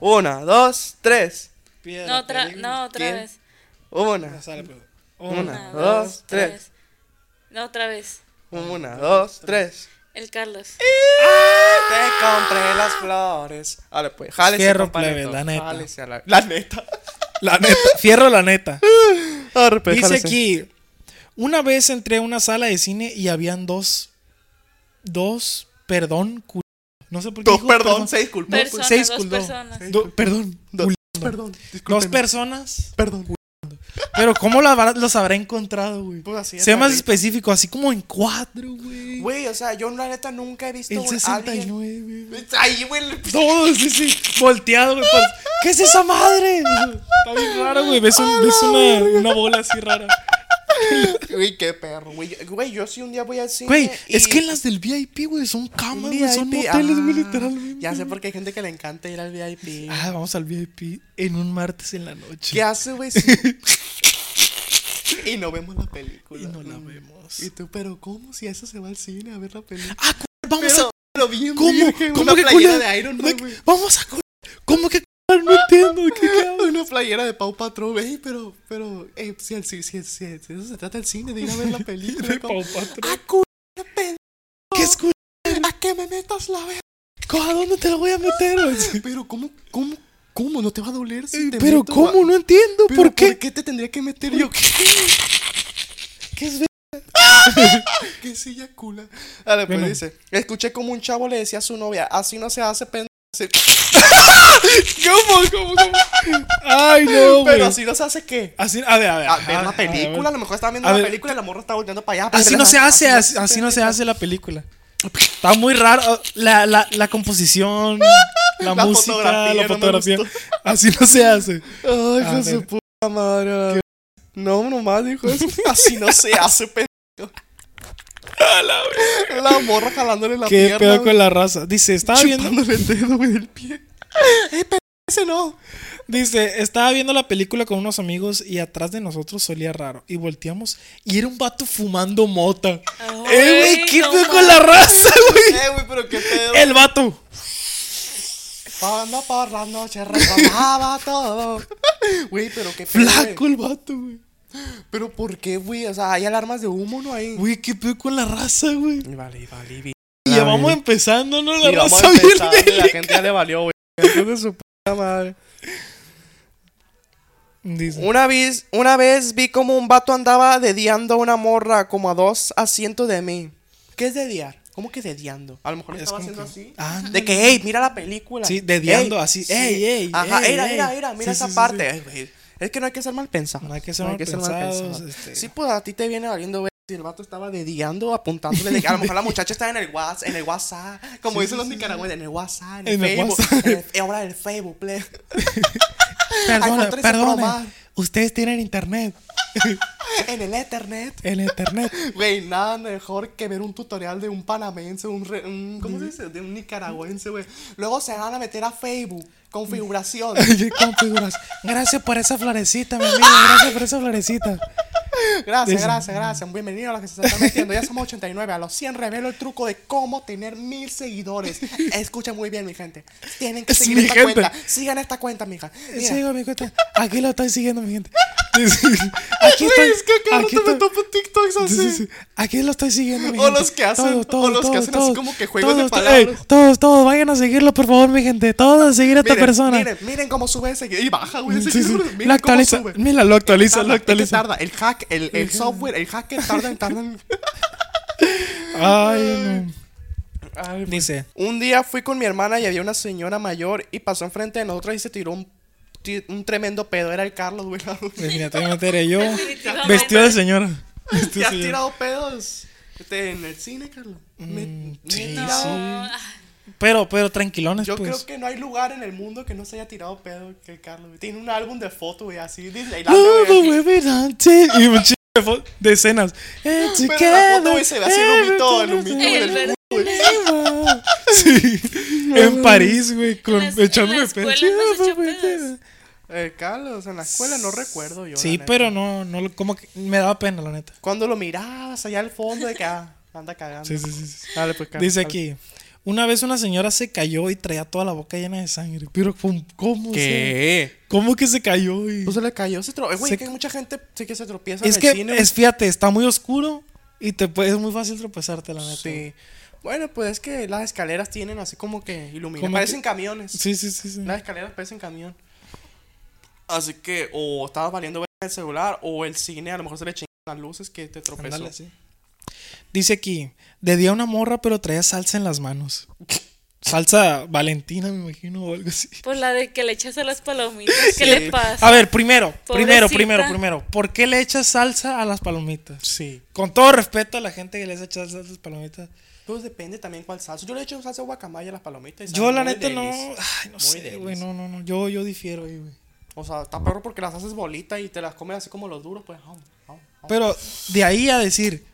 Una, dos, tres. No, otra, no, otra ¿Quién? vez. Ah, Una, pues. Una. Una, dos, tres. No, otra vez. una, dos, tres. El Carlos. Eh, Te compré las flores. A ver, pues, jálese. Fierro, compa plebe, Neto. la neta. Jálese a la, la neta. La neta. Fierro, la neta. Arre, [LAUGHS] pues, Dice jálese. aquí, una vez entré a una sala de cine y habían dos, dos, perdón, cul- no sé por qué. Dos, dijo perdón, se disculpó. No, pues, Personas, seis dos culo. personas. Do- perdón, Dos, cul- perdón. dos discúlpeme. personas. Perdón. Pero ¿cómo la habrá- los habrá encontrado, güey? Pues así es, Sea más David. específico, así como en cuatro, güey. Güey, o sea, yo la neta nunca he visto El güey, a alguien- 69. güey. Ay, güey, el- Todo, sí, sí, volteado, güey. pa- ¿Qué es esa madre? Está bien raro, güey. Ves, un- ves una, una bola así rara. Güey, qué perro, güey. Güey, yo sí un día voy al cine. Güey, es y- que las del VIP, güey, son camas, VIP, güey, son moteles, güey, ah, literalmente. Ya sé por qué hay gente que le encanta ir al VIP. Ah, vamos al VIP en un martes en la noche. ¿Qué hace, [LAUGHS] güey? si- y no vemos la película. Y no la Mm. vemos. Y tú, pero ¿cómo? Si eso se va al cine a ver la película. Ah, cu- vamos Pero- a. Pero bien, ¿Cómo? virgen, ¿Cómo una que playera culo? de Iron Man, Güey, güey. Vamos a. cu- ¿Cómo que.? cu- No entiendo. ¿Qué, qué hago? Una playera de Pau Patrol, güey, pero, pero, eh, si, el- si, si, si, si eso se trata el cine, de ir a ver la película. [LAUGHS] De ¿cómo? Pau Patrol. ¡Ah, culo, pendejo! ¿Qué es cu- ¿A qué me metas la verga? co- ¿A dónde te lo voy a meter? güey? Pero, ¿cómo, cómo, cómo? ¿No te va a doler si te Pero, meto ¿cómo? a- No entiendo. ¿Pero ¿Por qué? ¿Por qué te tendría que meter yo? ¿Qué es ¿Qué silla cula? A ver, pues Bueno. dice, escuché como un chavo le decía a su novia, así no se hace pendejo. [LAUGHS] ¿Cómo? ¿Cómo? ¿Cómo? Ay, no, güey. Ah, Pero así no se hace qué. Así, a ver, a ver. A ver a- una a ver. película, a lo mejor estaba viendo A una ver. película y la morra estaba volteando para allá. Así no se hace, así, hace así no se hace la película. Está muy raro. oh, La, la, [LAUGHS] la composición, la, La música, fotografía, no la me fotografía. gustó. así no se hace. Ay, A hijo de su ver. puta madre. No, nomás dijo [LAUGHS] eso. Así no se hace, pendejo. la, morra jalándole la Qué pierna. pedo güey, con la raza. Dice, estaba viendo. Chupándole el dedo, güey, del pie. Eh, pendejo, ese no. Dice, estaba viendo la película con unos amigos y atrás de nosotros solía raro. Y volteamos y era un vato fumando mota. ¡Eh, güey! ¿Qué Ah, no pedo con la raza, güey? Eh, güey, pero qué pedo. El vato. Cuando por la noche reclamaba [LAUGHS] todo. Güey, pero qué pedo. güey. Flaco el vato, güey. Pero ¿por qué, güey? O sea, hay alarmas de humo, ¿no? Ahí. Güey, qué pedo con la raza, güey. Y Vale, y vale, y Y ya vamos empezando, ¿no? La y vamos raza bien empezando, y La bélica. gente ya le valió, [LAUGHS] güey. Hijo de su puta madre. [LAUGHS] Dice, Una vez, una vez vi como un vato andaba dediando a una morra como a dos asientos de mí. ¿Qué es dediar? ¿Cómo que dediando? A lo mejor Es estaba como haciendo que- así. Ah, de que, hey, mira la película. Sí, dediando Ey, así, ey, ey, Ajá, ey, mira, ey. mira, mira, mira Sí, esa sí, sí, parte. Ay, güey, Es que no hay que ser mal pensado. No hay que ser mal pensados, este. Sí, pues a ti te viene valiendo, ver Si el vato estaba dediando, apuntándole de que a lo mejor la muchacha estaba en el WhatsApp, en el WhatsApp, como dicen los nicaragüenses, en el WhatsApp, en el En el Facebook, WhatsApp. en el- ahora en el Facebook, plebe. iPhone perdone, 13 Pro perdone. Max. ustedes tienen internet. En el Ethernet. El internet. [LAUGHS] Güey, nada mejor que ver un tutorial de un panameñse, un, re- un- ¿cómo se dice? De un nicaragüense, güey. Luego se van a meter a [LAUGHS] Facebook, configuración. Yo configuras. Gracias por esa florecita, mi amigo. Gracias por esa [LAUGHS] florecita. Gracias, gracias, gracias. Bienvenido a los que se están metiendo. Ya somos 89. A los 100 revelo el truco de cómo tener mil [LAUGHS] seguidores. Escuchen muy bien, mi gente. Tienen que Es seguir mi esta gente. cuenta. Sigan esta cuenta, mija. Mira. Sí, digo, mi cuenta. Aquí lo estoy siguiendo, mi gente. [LAUGHS] Aquí Güey, estoy. es que acá no aquí te me estoy- topo TikToks así. Sí, sí, sí. Aquí lo estoy siguiendo, mi O gente. los que hacen- o los que hacen así como que juegos de todos, to- palabras. ey, todos, todos, vayan a seguirlo, por favor, mi gente. Todos a seguir a esta Miren, persona. Miren, miren cómo sube ese. Y baja, güey. Sí, ese sí. seguidor. Miren Lo cómo actualiza. sube. Mira, lo actualiza, lo Tarda, es que actualiza. tarda. El hack, el, el software, el hacker tarda en tarda [LAUGHS] en- Ay, no. pues. Dice. Un día fui con mi hermana y había una señora mayor y pasó enfrente de nosotros y se tiró un, ti- un tremendo pedo. Era el Carlos, güey. la- pues Definitivamente era [LAUGHS] yo. Definitivamente. Vestido [LAUGHS] de señora. Vestido ¿Te de has señora. tirado pedos este, en el cine, Carlos? Me- me Mm, sí, he No, tirado- ah, Pero, pero tranquilones, Yo pues. creo que no hay lugar en el mundo que no se haya tirado pedo que el Carlos. güey. Tiene un álbum de fotos, güey, así. Disneylandia, Love güey. the way we dance it. Y un chingo de fo- de escenas. Eh, And Pero la foto, güey, together, se ve así el humito, el humito, güey, El del verde. culo, güey. [LAUGHS] Sí, en París, güey, con En las- en echándome la pedo. escuela no se echó [LAUGHS] pedos. Eh, Carlos, en la escuela no recuerdo yo. la Sí, neta. pero no, no, lo- como que me daba pena, la neta. Cuando lo mirabas allá al fondo de que ah, anda cagando. Sí, sí, sí, sí. Dale, pues, Carlos, Dice dale. aquí, una vez una señora se cayó y traía toda la boca llena de sangre. Pero, ¿cómo, cómo se- ¿Qué? ¿Cómo que se cayó? Y- Pues se le cayó, se tro- eh, Güey, Se- que mucha gente sí que se tropieza Es en que, el cine. es, fíjate, está muy oscuro y te puede- es muy fácil tropezarte, la neta. Sí. Bueno, pues es que las escaleras tienen así como que iluminadas. Como Parecen que- camiones. Sí, sí, sí. sí. Las escaleras parecen camión. Así que, o estaba valiendo verga el celular, o el cine, a lo mejor se le chingan las luces que te tropezó. Ándale, sí. Dice aquí, de día una morra, pero traía salsa en las manos. Salsa Valentina, me imagino, o algo así. Por Pues la de que le echas a las palomitas. ¿Qué le pasa? A ver, primero, primero, Pobrecita. primero, primero. ¿Por qué le echas salsa a las palomitas? Sí. Con todo respeto a la gente que les echa salsa a las palomitas. Pues depende también cuál salsa. Yo le echo salsa guacamaya a las palomitas. y Yo, sabe la muy neta, no. delis. Ay, no Muy sé, güey. delis. No, no, no. Yo, yo difiero ahí, güey. O sea, está peor porque las haces bolita y te las comes así como los duros, pues. au, au, au. Pero de ahí a decir,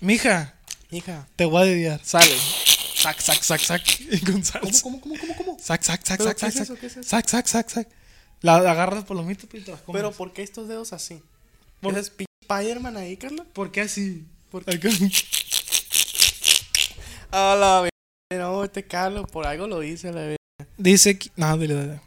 mija, Hija, te voy a dediar. Sale. Sac, sac, sac, sac. Y con ¿cómo, salsa. cómo, cómo, cómo, cómo? Sac, sac, sac, ¿Pero sac, qué sac, es sac. eso? ¿Qué es eso? Sac, sac, sac, sac. La agarras por los mitos y te las comes. Pero ¿por qué estos dedos así? Por- ¿Eres pi- Spider-Man ahí, Carla? ¿por qué así? ¿Por qué? A la verga. No, este Carlos, por algo lo dice la verga. Dice que... No, dale, dale.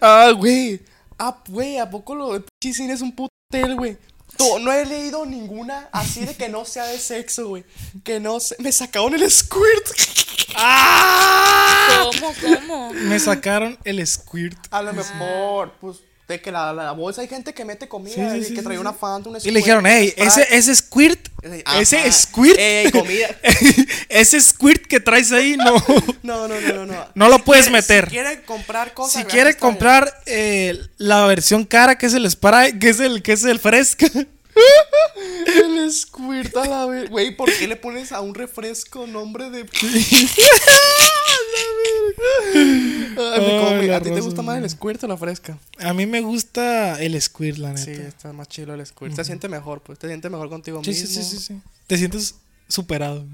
Ah, güey. Ah, güey, ¿a poco lo de pinche cine es un puto hotel, güey? To- No he leído ninguna así de que no sea de sexo, güey. Que no se... Me sacaron el squirt. [LAUGHS] ¡Ah! ¿Cómo, cómo? Me sacaron el squirt. A lo mejor, pues, de que la, la bolsa hay gente que mete comida Sí, sí, y sí, que sí, trae sí. una fanta, un Y le dijeron, hey, Sprite". ese, ese squirt, ah, Ajá. ese squirt, Ey, comida. [LAUGHS] ese squirt que traes ahí, no, [LAUGHS] No, no, no, no, no. no lo puedes meter. Si quieren comprar cosas. Si gratis, quieres está bien. comprar eh, la versión cara, que es el spray, que es el, que es el fresca, El squirt a la vez. Güey, ¿por qué le pones a un refresco nombre de. Ay, me Ay, come. la ¿A ti te rosa, gusta más el squirt o la fresca? [LAUGHS] a mí me gusta el squirt, la Sí, neta. está más chido el squirt. Te sientes mejor, pues. Te sientes mejor contigo Sí, sí, mismo. sí, sí, sí. Te sientes [LAUGHS] superado.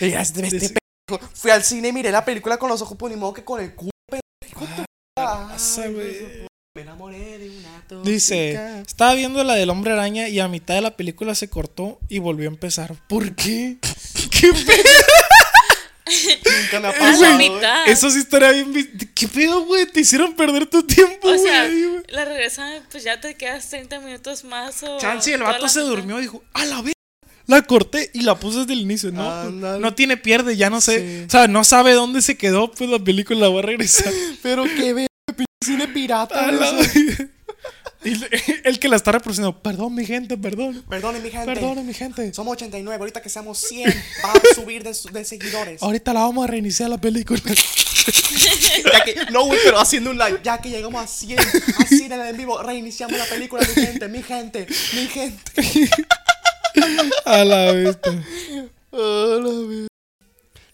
Y ya se te ve este pendejo. Fui al cine y miré la película con los ojos, pues ni modo que con el culo, pendejo. Hijo de tu madre. pues, pasa, Ah, güey. Me enamoré de una tóxica. Dice, estaba viendo la del hombre araña y a mitad de la película se cortó y volvió a empezar. [LAUGHS] ¿Por qué? ¿Qué pedo? Nunca me ha A pasado. eh. la güey. mitad. Eso sí estaría bien. vi- ¿Qué pedo, güey? Te hicieron perder tu tiempo, O güey. sea, ahí, güey. la regresan, pues ya te quedas 30 minutos más o... Chance, el toda vato la se mitad. durmió y dijo, a la vez. La corté y la puse desde el inicio. No, Ándale. no tiene pierde, ya no sé. Sí. O sea, no sabe dónde se quedó, pues la película va [LAUGHS] a regresar. Pero qué verga, pinche cine pirata. A Ah, la güey. vez. [LAUGHS] Y le- el que la está reproduciendo, perdón, mi gente, perdón. Perdone, mi gente. Perdón, mi gente. Somos 89, ahorita que seamos 100, va a subir de, de seguidores. Ahorita la vamos a reiniciar la película. [LAUGHS] Ya que, no, güey, pero haciendo un live. Ya que llegamos a 100, así en el en vivo, reiniciamos la película, mi gente, mi gente, mi gente. A la bestia. A la vez.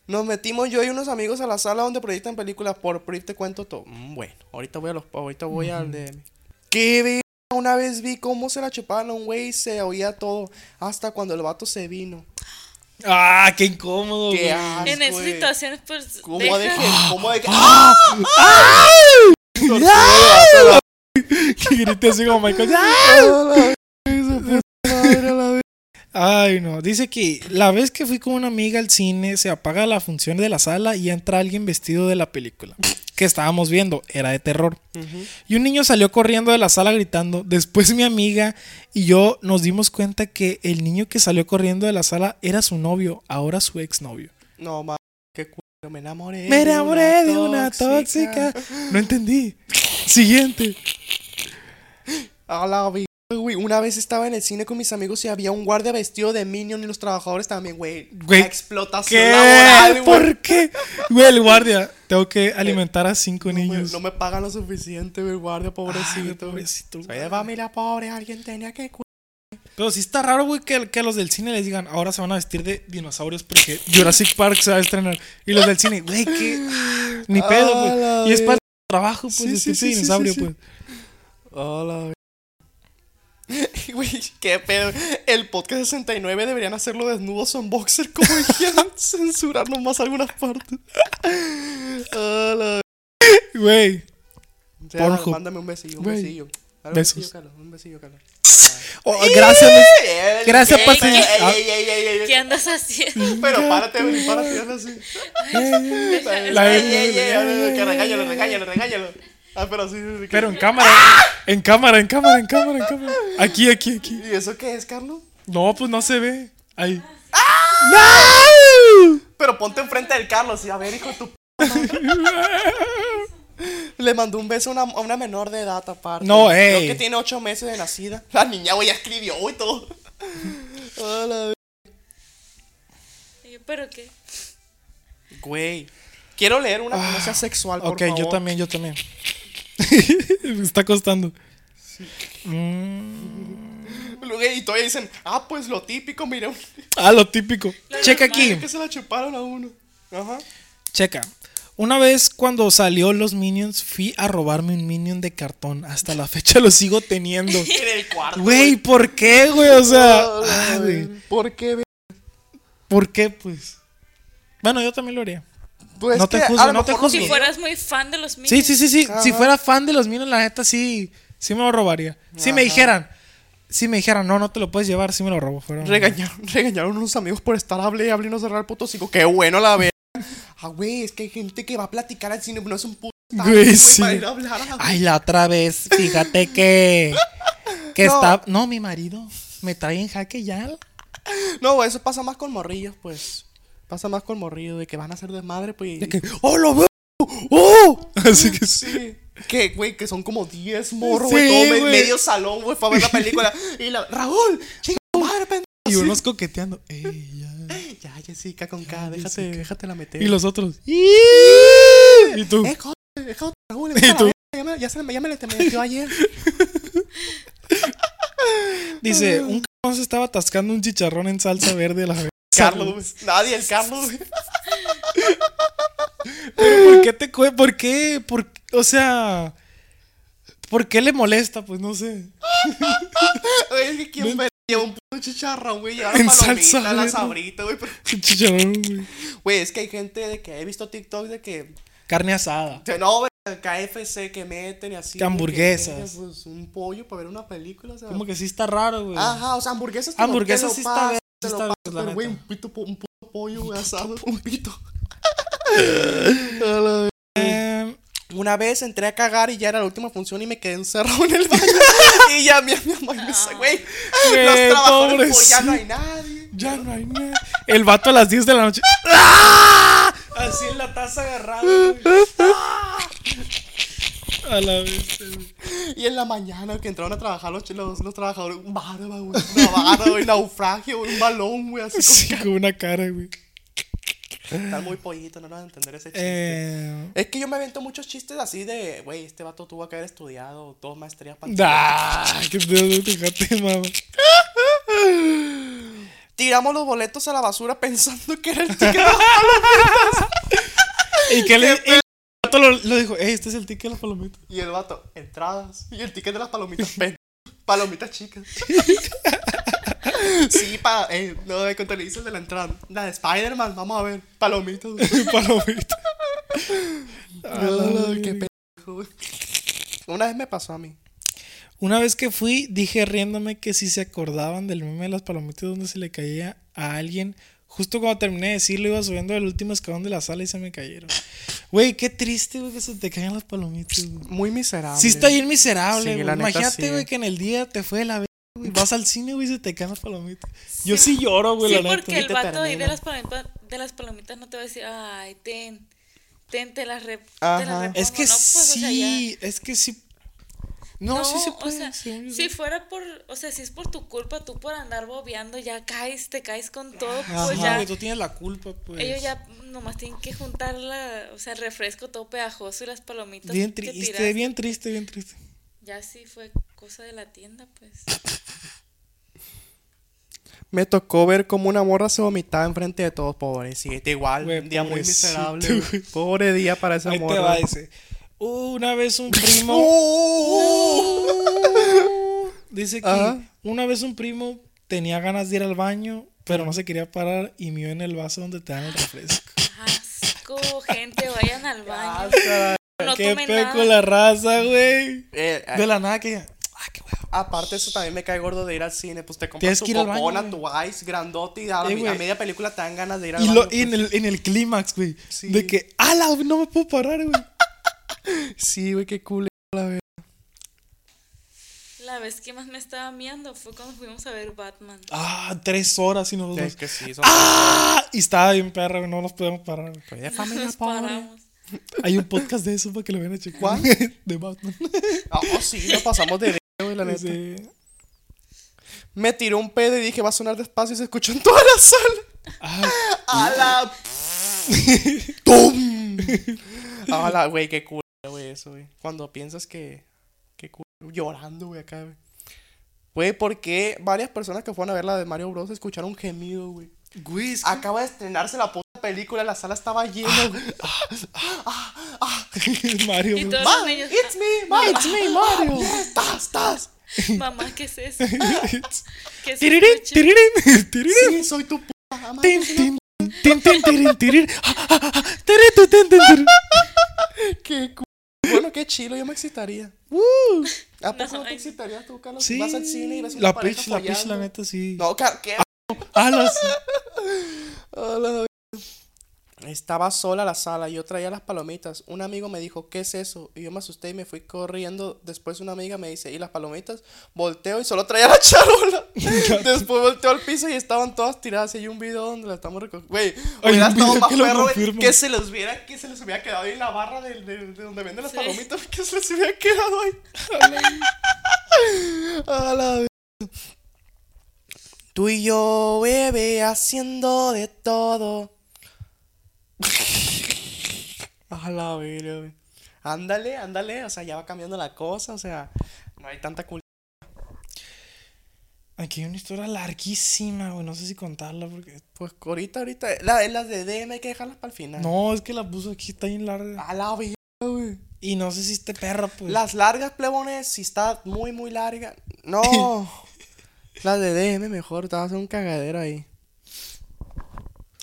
Nos metimos yo y unos amigos a la sala donde proyectan películas. Por PRI te cuento todo. Mm, Bueno, ahorita voy a los ahorita voy al de. ¿Qué ve? Una vez vi cómo se la chupaban a un güey y se oía todo. Hasta cuando el vato se vino. Ah, qué incómodo, Qué güey. [LAUGHS] asco, En esas güey. situaciones, pues. ¿Cómo de deja- que? ¿Cómo de que? ¡Ah! ¡Ah! [LAUGHS] Que grité así como Michael. Ay, no. Dice que la vez que fui con una amiga al cine, se apaga la función de la sala y entra alguien vestido de la película que estábamos viendo. Era de terror. Y un niño salió corriendo de la sala gritando. Después mi amiga y yo nos dimos cuenta que el niño que salió corriendo de la sala era su novio, ahora su exnovio. No, ma, qué culo, me enamoré. Me enamoré de una tóxica. No entendí. Siguiente. A la vida, güey. Una vez estaba en el cine con mis amigos y había un guardia vestido de Minion y los trabajadores también, güey. Güey, La explotación ¿Qué? laboral, güey. ¿Por qué? Güey, el guardia. Tengo que alimentar a cinco No me, niños. no me pagan lo suficiente, güey, guardia, Ay, pobrecito. güey. pobrecito, güey. Oye, va, mira, pobre, alguien tenía que cu- [LAUGHS] Pero sí está raro, güey, que, que los del cine les digan, ahora se van a vestir de dinosaurios porque Jurassic Park se va a estrenar. Y los del cine, güey, qué. Ni Ah, pedo, güey. la Y es ver- parte del trabajo, pues, Sí, sí, vestirse sí, de sí, dinosaurio, sí, sí. pues. Hola, güey. Güey, qué pedo. El podcast 69 deberían hacerlo desnudos o en boxer, [LAUGHS] como dijeron, censurar nomás algunas partes. Hola, Güey. O sea, Pornhub. Mándame un besillo, un Güey. besillo. Dale Besos. Un besillo, Carlos, un besillo, Carlos. Oh, gracias, Luis. Gracias, Ey, parce. ey, Ah. ey, ey, ey, ey, ey. ¿Qué andas haciendo? Pero párate, güey, párate, hazlo así. Ah, La- Ey, ey, ey, la- hazlo, que regáñalo, regáñalo, regáñalo. Ah, pero sí, sí, sí, que- Pero en cámara. En cámara, en cámara, en cámara, en cámara. Aquí, aquí, aquí. ¿Y eso qué es, Carlos? No, pues no se ve. Ahí. ¡No! Pero ponte enfrente del Carlos y a ver, hijo de tu p- Le mandó un beso a una, a una menor de edad, aparte. No, Creo ey. que tiene ocho meses de nacida. La niña, güey, ya escribió y todo. A la Y yo, ¿Pero qué? ve- Güey. Quiero leer una que no sea sexual, por Ah, Ok, favor. yo también, yo también. [LAUGHS] Me está costando. Güey, Y todavía dicen, ah, pues lo típico, mira. [LAUGHS] Ah, lo típico. Checa aquí. Que se la chuparon a uno. Ajá. Checa. Una vez cuando salió los Minions, fui a robarme un Minion de cartón. Hasta la fecha lo sigo teniendo. En el cuarto. Güey, ¿por qué, güey? O sea, ah, Ah, güey. ¿Por qué? ve- ¿por qué, pues? Bueno, yo también lo haría. Pues No es te que a juzgo, lo no te mejor los juzgo. Si niños- fueras muy fan de los Sí, Minions. sí, sí, sí. Si Ajá. fuera fan de los Minions, la neta, sí. Sí me lo robaría. Si me dijeran, si me dijeran, no, no te lo puedes llevar, sí me lo robo. fuera- Regañaron, Mm. [LAUGHS] regañaron unos amigos por estar hable y hable y no cerrar el puto cinco. Qué bueno la verga. Ah, güey, es que hay gente que va a platicar al cine, no es un puto. Güey, sí. Para ir a hablar a la- Ay, la otra vez, fíjate que. [LAUGHS] Que No. está. No, mi marido me trae en jaque ya. No, eso pasa más con morrillos, pues. Pasa más con morrillos, de que van a ser desmadre, pues. y- ¡Oh, lo veo! ¡Oh! [LAUGHS] Así que sí. Sí. Que, güey, que son como 10 morros, Sí, güey, todo me- güey. medio salón, güey, para ver [LAUGHS] la película. Y la, Raúl, chinga tu madre, pendejo. Y unos coqueteando. Ey, ya. Ya, Jessica, con K, déjate, Jessica. déjatela meter. Y los otros. Y tú. Eh, joder, eh, joder, Raúl, [LAUGHS] Y vete a la tú. verga, Ya me, ya se me, ya me le te metió [LAUGHS] ayer. Dice: Un cabrón se estaba atascando un chicharrón en salsa verde a la [LAUGHS] vez. Carlos, güey. nadie, el Carlos, güey. ¿Por qué te cue- ¿Por qué? ¿Por qué? O sea. ¿Por qué le molesta? Pues no [LAUGHS] sé. Oye, es que quién ver- lleva un puto chicharrón, güey. Lleva En la salsa palomita, la verde. sabrita, güey. pero- Chicharrón, güey. Güey, es que hay gente de que he visto TikTok de que. Carne asada. de no, güey, KFC que meten y así. Que hamburguesas. güey, que, pues, un pollo para ver una película, o sea. Como que sí está raro, güey. Ajá, o sea, hamburguesas. te lo- Hamburguesas te lo sí está paso, ver- te sí lo está paso, ver, la pero, güey, un neta. pito, po- un puto pollo, güey, asado. Un pito. Eh, Una vez entré a cagar y ya era la última función y me quedé encerrado en [LAUGHS] el baño. y ya mi, mi mamá me dice, Ah, güey, los Güey, trabajadores, pues, ya no hay pobrecito. nadie. Ya no hay nada. El vato a las 10 de la noche. ¡Ah! Así en la taza agarrada. güey. A la vez. Y en la mañana que entraron a trabajar los, los, los trabajadores, un barba, güey, una vara, güey, naufragio, güey, un balón, güey, así [LAUGHS] Sí, con una cara, güey. como están muy pollitos, no van a entender ese chiste. Eh. Es que yo me avento muchos chistes así de, güey, este vato tuvo que haber estudiado dos maestrías para... Da, que te fíjate, mamá. Tiramos los boletos a la basura pensando que era el ticket. ¿Y que le, y Eh, el vato lo, lo dijo, "Ey, este es el ticket de las [LAUGHS] palomitas. y el vato, entradas. Y el ticket de las palomitas, pen- Palomitas chicas. sí, pa. eh, no, de cuando le hice el de la entrada. La de Spider-Man, vamos a ver. Palomitas. Palomitas. No, qué pendejo, güey. Una vez me pasó a mí. Una vez que fui, dije riéndome que si se acordaban del meme de las palomitas donde se le caía a alguien. Justo cuando terminé de decirlo, iba subiendo el último escalón de la sala y se me cayeron. Güey, qué triste, güey, que se te caigan las palomitas, güey. Muy miserable. Sí, está bien miserable, Sí, güey. la neta, Imagínate, sí. güey, que en el día te fue de la verga, güey. Vas al cine, güey, y se te caen las palomitas. Yo sí lloro, güey, Sí, la neta. porque el te vato ahí termina. de las, palomitas, de las palomitas no te va a decir, ay, ten, ten, te las rep. Ajá. Te las repongo". Es que no, pues, o sea, sí, es que sí. No, ya- sí se o puede. sea, según yo si sí. fuera por, o sea, si es por tu culpa, tú por andar bobeando, ya caes, te caes con todo, Ajá, pues ya. güey, tú tienes la culpa, pues. Ellos ya nomás tienen que juntar la, o sea, el refresco todo pegajoso y las palomitas. Bien que triste, pues, tiraste. bien triste, bien triste. Ya sí fue cosa de la tienda, pues. Me tocó ver como una morra se vomitaba enfrente de todos, pobrecita. Igual, Güey, un día muy pobrecito, miserable. güey. güey. Pobre día para esa Ahí morra. Uh, te va ese. Una vez [LAUGHS] un primo. ¡Oh! [LAUGHS] dice que Ajá. una vez un primo tenía ganas de ir al baño, pero no se quería parar y mió en el vaso donde te dan el refresco. Asco, gente, vayan al baño. [LAUGHS] No [LAUGHS] Qué tomen pedo nada. con la raza, güey. Eh, eh, De la nada que. Ah, qué huevo. aparte eso también me cae gordo de ir al cine. Pues te compras Tienes tu que ir al baño, popona, tu güey. ice, grandote y a, Eh, a güey. media película te dan ganas de ir al Y, baño. lo, y [LAUGHS] pues. en el, en el clímax, güey. Sí. De que, ala, no me puedo parar, güey. Sí, güey, qué cool. La vez que más me estaba miando fue cuando fuimos a ver Batman. Ah, tres horas y nosotros. que sí, son... ¡Ah! Y estaba bien perra, güey, no nos podíamos parar. güey. Oye, familia [LAUGHS] Nos pobre. [LAUGHS] paramos. Hay un podcast de eso para que lo vean a checar. ¿Cuál? [LAUGHS] De Batman. Ah, Oh, sí, nos pasamos de verga, güey, la neta. Sí. Me tiró un pedo y dije, va a sonar despacio y se escuchó en toda la sala. Ah, A la. [LAUGHS] ¡Tum! A la, güey, qué cool, güey, eso, güey. Cuando piensas que. Qué cool. Llorando, güey, acá, güey. Güey, ¿por qué varias personas que fueron a ver la de Mario Bros. escucharon un gemido, güey? güey, es que- Acaba de estrenarse la puta película, la sala estaba llena, güey. [LAUGHS] Mario. Y güey. todos Ma, los niños, ¡It's me, Mario! Ah, ¡It's me, Mario! ¡Estás, estás! mamá, ¿qué es eso? [LAUGHS] ¿Qué se Tirirín, escucha? tirirín, [LAUGHS] tirirín, Sí, soy tu puta madre. tin, tin, tin, tin, tirín, tirín. Ah, ah, ah, tirín, tin, tin, tin, tirín. Qué cu- Bueno, qué chilo, yo me excitaría. ¡Woo! ¿A poco no, No, te ay. excitarías tú, Carlos? Sí. Vas al cine y ves una La pareja pitch, la pitch, la follando. neta, sí. No, Car- ¿qué? Ah, las- A la ver- Estaba sola la sala, yo traía las palomitas. Un amigo me dijo, ¿qué es eso? Y yo me asusté y me fui corriendo. Después una amiga me dice, ¿y las palomitas? Volteo y solo traía la [LAUGHS] [LAUGHS] charola. Después volteo al piso y estaban todas tiradas. Y hay un video donde la estamos recogiendo. Güey, Hay hubiera un estado video más que lo perro, güey, confirma. que se les hubiera, que se les hubiera quedado ahí en la barra de, de- de donde venden las Sí. palomitas, que se les hubiera quedado ahí. [LAUGHS] A la ver- Tú y yo, bebé, haciendo de todo. [LAUGHS] A la verga, güey. Ándale, ándale, o sea, ya va cambiando la cosa, o sea, no hay tanta culpa. Aquí hay una historia larguísima, güey. No sé si contarla porque. Pues ahorita, ahorita, la- las de DM hay que dejarlas para el final. No, es que la puso aquí, está bien larga. A la verga, güey. Y no sé si este perro, pues. Las largas, plebones, si está muy, muy larga. No. [LAUGHS] las de DM mejor, te vas a hacer un cagadero ahí.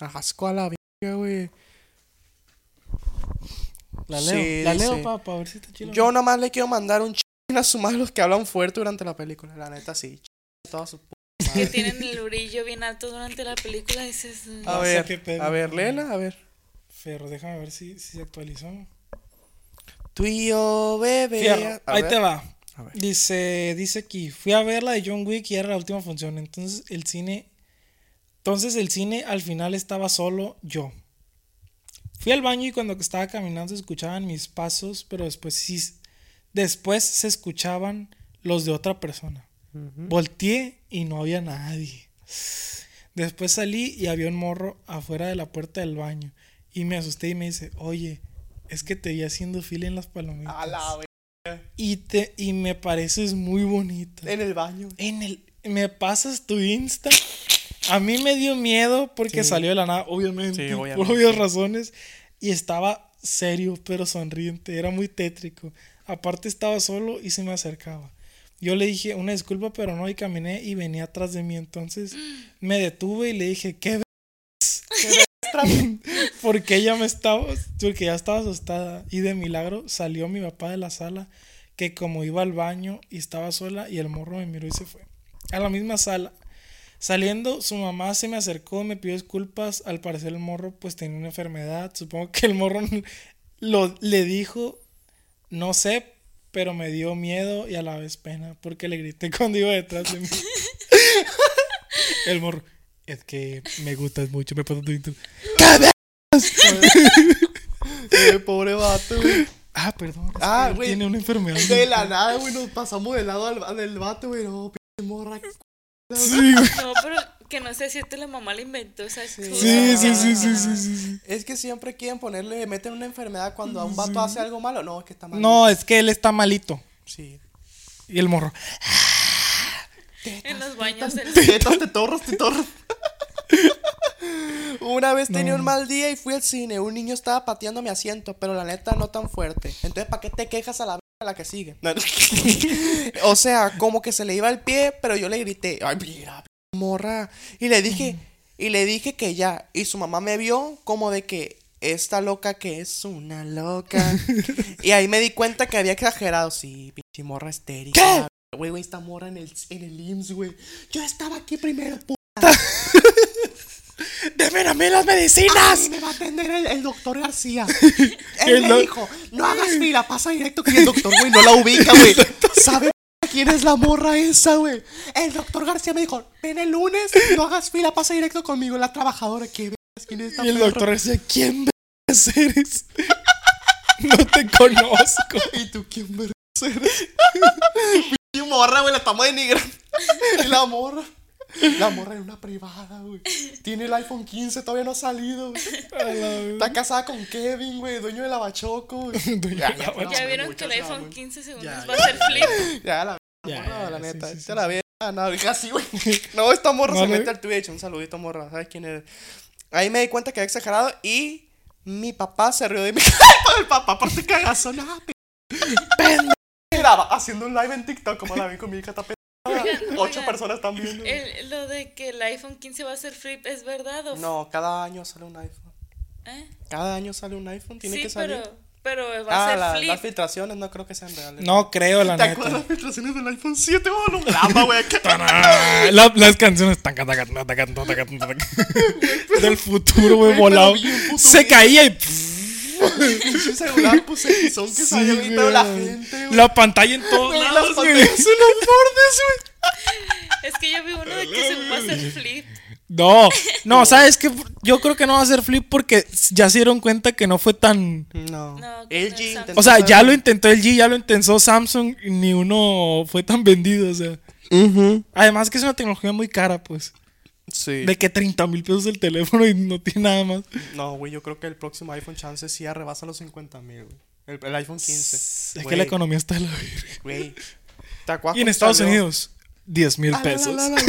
Asco a la verga, güey. La Sí, leo, la dice- leo, pa, pa, ver si está chila. Yo nomás le quiero mandar un ching a su madre los que hablan fuerte durante la película. La neta, sí. Ch- Toda su pu- Que tienen el brillo bien alto durante la película. Dices, "Mm". A sé qué ver, pedo. a ver, Lela, a ver. Ferro, déjame ver si, si se actualizó. Tú y yo, bebé. Fierro, A ahí ver. te va. A ver. Dice, dice aquí, fui a ver la de John Wick y era la última función. Entonces el cine, entonces el cine al final estaba solo yo. Fui al baño y cuando estaba caminando se escuchaban mis pasos, pero después sí, después se escuchaban los de otra persona. Volteé y no había nadie. Después salí y había un morro afuera de la puerta del baño y me asusté y me dice, oye, es que te vi haciendo fila en las palomitas A la verga. y, te, y me pareces muy [LAUGHS] bonita. En el baño. En el, me pasas tu Insta A mí me dio miedo porque Sí. salió de la nada, obviamente, Sí, por obviamente. obvias razones. Y estaba serio, pero sonriente. Era muy tétrico. Aparte estaba solo y se me acercaba. Yo le dije una disculpa, pero no, y caminé y venía atrás de [GASPS] mí. Entonces me detuve y le dije, ¿qué [LAUGHS] porque ella me estaba, porque ya estaba asustada. Y de milagro salió mi papá de la sala, que como iba al baño y estaba sola, y el morro me miró y se fue. A la misma sala. Saliendo, su mamá se me acercó, me pidió disculpas. Al parecer el morro pues tenía una enfermedad. Supongo que el morro [LAUGHS] lo, le dijo, no sé, pero me dio miedo y a la vez pena, porque le grité [LAUGHS] cuando iba detrás de mí. el morro, es que me gustas mucho, me pasó tu YouTube. Eh, pobre vato, güey. Ah, perdón. es Ah, que güey. Tiene una enfermedad. De la nada, güey, nos pasamos del lado al- del vato, güey. No, pinche morra. Sí, güey. No, pero que no sea cierto, la mamá la inventó esa excusa. Sí, sí, Ah. sí, sí, sí, sí, sí. Es que siempre quieren ponerle, le meten una enfermedad cuando a un vato hace algo malo. No, es que está mal. No, es que él está malito. Sí. Y el morro. En los [LAUGHS] baños del Tetas, te torros, te torros. [LAUGHS] Una vez tenía un mal día y fui al cine. Un niño estaba pateando mi asiento, pero la neta no tan fuerte. Entonces, ¿para qué te quejas a la verga a la que sigue? No, no. [LAUGHS] o sea, como que se le iba el pie, pero yo le grité, ay, mira, p- morra. Y le dije, y le dije que ya. Y su mamá me vio como de que esta loca que es una loca. y ahí me di cuenta que había exagerado. Sí, pinche morra estérica. Güey, güey, esta morra en el, en el IMSS, güey. Yo estaba aquí primero, puta. ¡Deben a mí las medicinas! Y me va a atender el, el doctor [LAUGHS] García. El Él me doc- dijo, no hagas fila, pasa directo que el doctor, güey, no la ubica, güey. ¿Sabe quién es la morra esa, güey? El doctor García me dijo, ven el lunes, no hagas fila, pasa directo conmigo, la trabajadora. ¿Qué vergas? quién es esta Y el perra?" doctor decía: ¿Quién vergas eres? [LAUGHS] No te conozco. ¿Y tú quién vergas eres? [LAUGHS] Y morra, güey, la estamos denigrando. Y la morra. La morra en una privada, güey. Tiene el iPhone 15, todavía no ha salido, güey. A la Está casada con Kevin, güey, dueño de la Bachoco, güey. Dueño de la Bachoco. Ya vieron que el muchas, iPhone ya, 15 Ya, segundos va [LAUGHS] a ser flip. Ya, la Ya, morra, ya, la sí, neta. sí, ya sí. la ve. Ah, no, [LAUGHS] casi, güey. No, esta morra No, se no. mete al Twitch. Un saludito, morra. ¿Sabes quién eres? Ahí me di cuenta que había exagerado y mi papá se rió de mí. [LAUGHS] el papá, por tu cagazón. Ah, p- Graba, haciendo un live en TikTok como la vi con mi hija. Está p- Oigan, Eh, Ocho oigan, personas están viendo. güey. el- lo de que el iPhone 15 va a ser flip, ¿es verdad o No, cada año sale un iPhone. ¿Eh? Cada año sale un iPhone. Tiene sí, que salir. Pero, pero va a Ah, ser la- flip. las filtraciones no creo que sean reales. No creo, la ¿Te acuerdas neta. las filtraciones del iPhone 7? Oh, no, lama, güey. que- Ah, la- las canciones taca, taca, taca, taca, taca, taca, taca. del futuro, güey, Güey, volado. pero bien puto Se bien. caía y. pinche celular, pues el son que Sí, sale ahorita la güey. gente, güey. La pantalla en todos Güey, lados, las güey. pantallas en los bordes, güey. Es que yo vi uno de que se va a hacer flip. No, no, ¿sabes qué? Yo creo que no va a ser flip porque ya se dieron cuenta que no fue tan. No. No, que LG no, intentó O sea, hacer- ya lo intentó el G, ya lo intentó Samsung, y ni uno fue tan vendido, o sea. Además que es una tecnología muy cara, pues. Sí. De que 30 mil pesos el teléfono y no tiene nada más. No, güey, yo creo que el próximo iPhone chance sí ya rebasa los 50 mil, güey. El, el iPhone 15. Es que Güey, la economía está de la verga. Güey. ¿Te acuerdas Y en cuando Estados salió? Unidos, 10 mil Ah, la, la, pesos. [LAUGHS] la, la, la.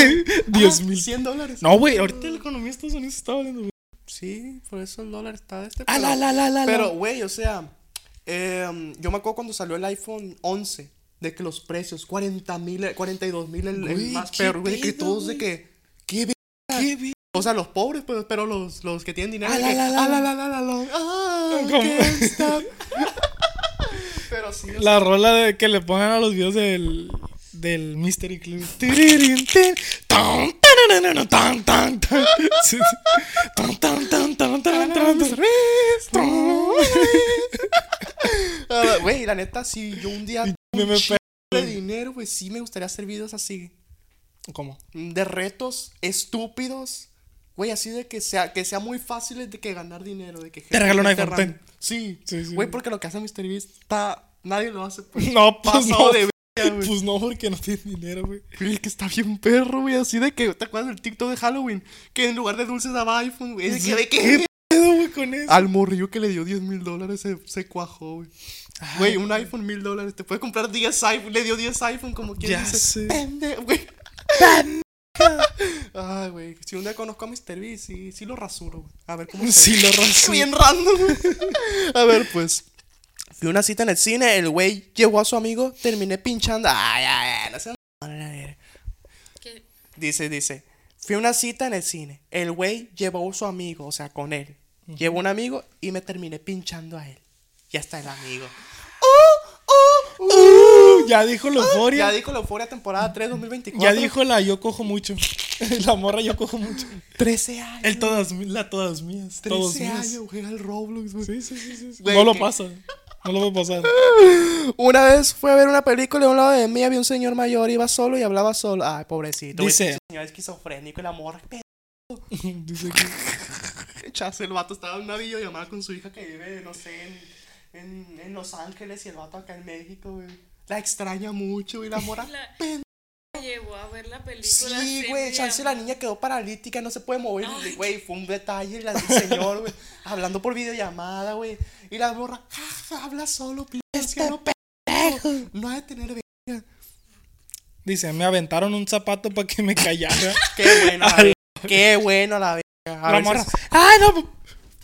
10 Ah, mil. 100 dólares. No, güey, ahorita la economía de Estados Unidos está valiendo. güey. Sí, por eso el dólar está de este. pero- Ah, la, la, la, la, la. Pero, güey, o sea, em, yo me acuerdo cuando salió el iPhone 11, de que los precios, 40 mil, 42 mil, el, el Güey, más qué peor, güey, de que pedo, todos güey. de que, ¿qué ve- Qué bien. O sea, los pobres, pues, pero los, los que tienen dinero. Ah, de la, que, la, la, "Ah, la". la, la, la, la, ah, Como- [LAUGHS] GameStop". pero sí, o sea, La rola de que le pongan a los videos del del Mystery Club. Tiririn, tin, tan, tarararara, tan, tan, tan. Sí, sí. Tan, tan, tan, tan, tan, tan, tan. ah, güey, la neta, si yo un día [LAUGHS] Me- un me chingo de dinero, güey, sí me gustaría hacer videos así. ¿Cómo? de retos estúpidos. Güey, así de que sea, que sea muy fácil de que ganar dinero. De que gente regalo un esté iPhone, ran- ten. Sí, Sí, sí, Güey, güey. porque lo que hace MrBeast está. Nadie lo hace. Pues. No, pues Pasado no. de Pues no, porque no tiene dinero, güey. Güey, que está bien perro, güey. Así de que. ¿Te acuerdas del TikTok de Halloween? Que en lugar de dulces daba iPhone, güey. De que, de que- pedo, güey, con eso? Al morrillo que le dio 10 mil dólares se, se cuajó, güey. Güey, un iPhone mil dólares. Te puede comprar 10 iPhone. Le dio 10 iPhone como quien Ya dice. sé. Pende, güey. Ay, güey. Si un día conozco a Mr. B, sí, sí lo rasuro, güey. A ver cómo Sí, lo rasuro. rasuro. Bien random. güey. A ver, pues. Fui a una cita en el cine, el güey llevó a su amigo, terminé pinchando. Ay, ay, ay, no seas mamón, a ver. Que- Dice, dice. Fui a una cita en el cine, el güey llevó a su amigo, o sea, con él. Llevó un amigo y me terminé pinchando a él. Ya está el amigo. ¡Uh! ¡Uh! ¡Uh! Uh, ya dijo la euforia. Ya dijo la euforia temporada 3 2024. Ya dijo la yo cojo mucho. [LAUGHS] La morra yo cojo mucho. 13 años. El todas, mi- la todas mías. Todos 13 mías. años, juega al Roblox, güey. Güey, No lo que- pasa. No lo va a pasar. Una vez fue a ver una película y a un lado de mí había un señor mayor, iba solo y hablaba solo. Ay, pobrecito. güey. Dice- Ese señor esquizofrénico, el amor. [LAUGHS] Dice que- Chas, el vato estaba en una videollamada con su hija que vive, no sé, en, en, en Los Ángeles y el vato acá en México, güey. La extraña mucho, güey, la mora. [LAUGHS] La- Ah, pen- Llevó a ver la película. Sí, se güey, chance la llama- niña quedó paralítica, no se puede mover. Ay. Güey, fue un detalle la del señor, güey. Hablando por videollamada, güey. Y la borra, "Ja, ja, habla solo, p***, Este anciano pendejo. No ha de tener verga. Dice, me aventaron un zapato para que me callara. [LAUGHS] Qué bueno, la A la- verga. Qué bueno, la verga. A La veces- morra. ¡Ah, no!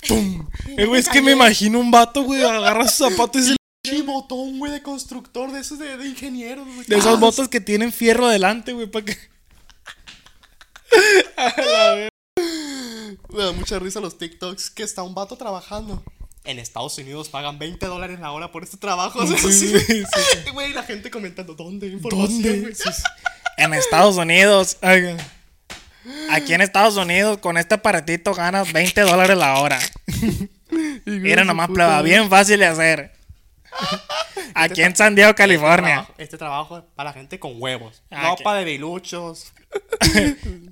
¡Pum! Eh, güey, es que me imagino un vato, güey, agarra su zapato y se Qué botón, güey, de constructor, de esos de, de ingenieros, güey. De Ah, esas botas que tienen fierro adelante, güey, para que. [LAUGHS] Me da mucha risa los TikToks que está un vato trabajando. En Estados Unidos pagan 20 dólares la hora por este trabajo. o sea, [LAUGHS] Sí, sí. güey, sí, Y, Güey, la gente comentando, ¿dónde? Información, ¿Dónde? güey. Sí, [LAUGHS] sí. En Estados Unidos. Ay, Aquí en Estados Unidos, con este aparatito ganas 20 dólares [LAUGHS] la hora. Era nomás prueba, bien fácil [LAUGHS] de hacer. Aquí en San Diego, California. trabajo- este trabajo es para la gente con huevos. Ah, no ok. para debiluchos.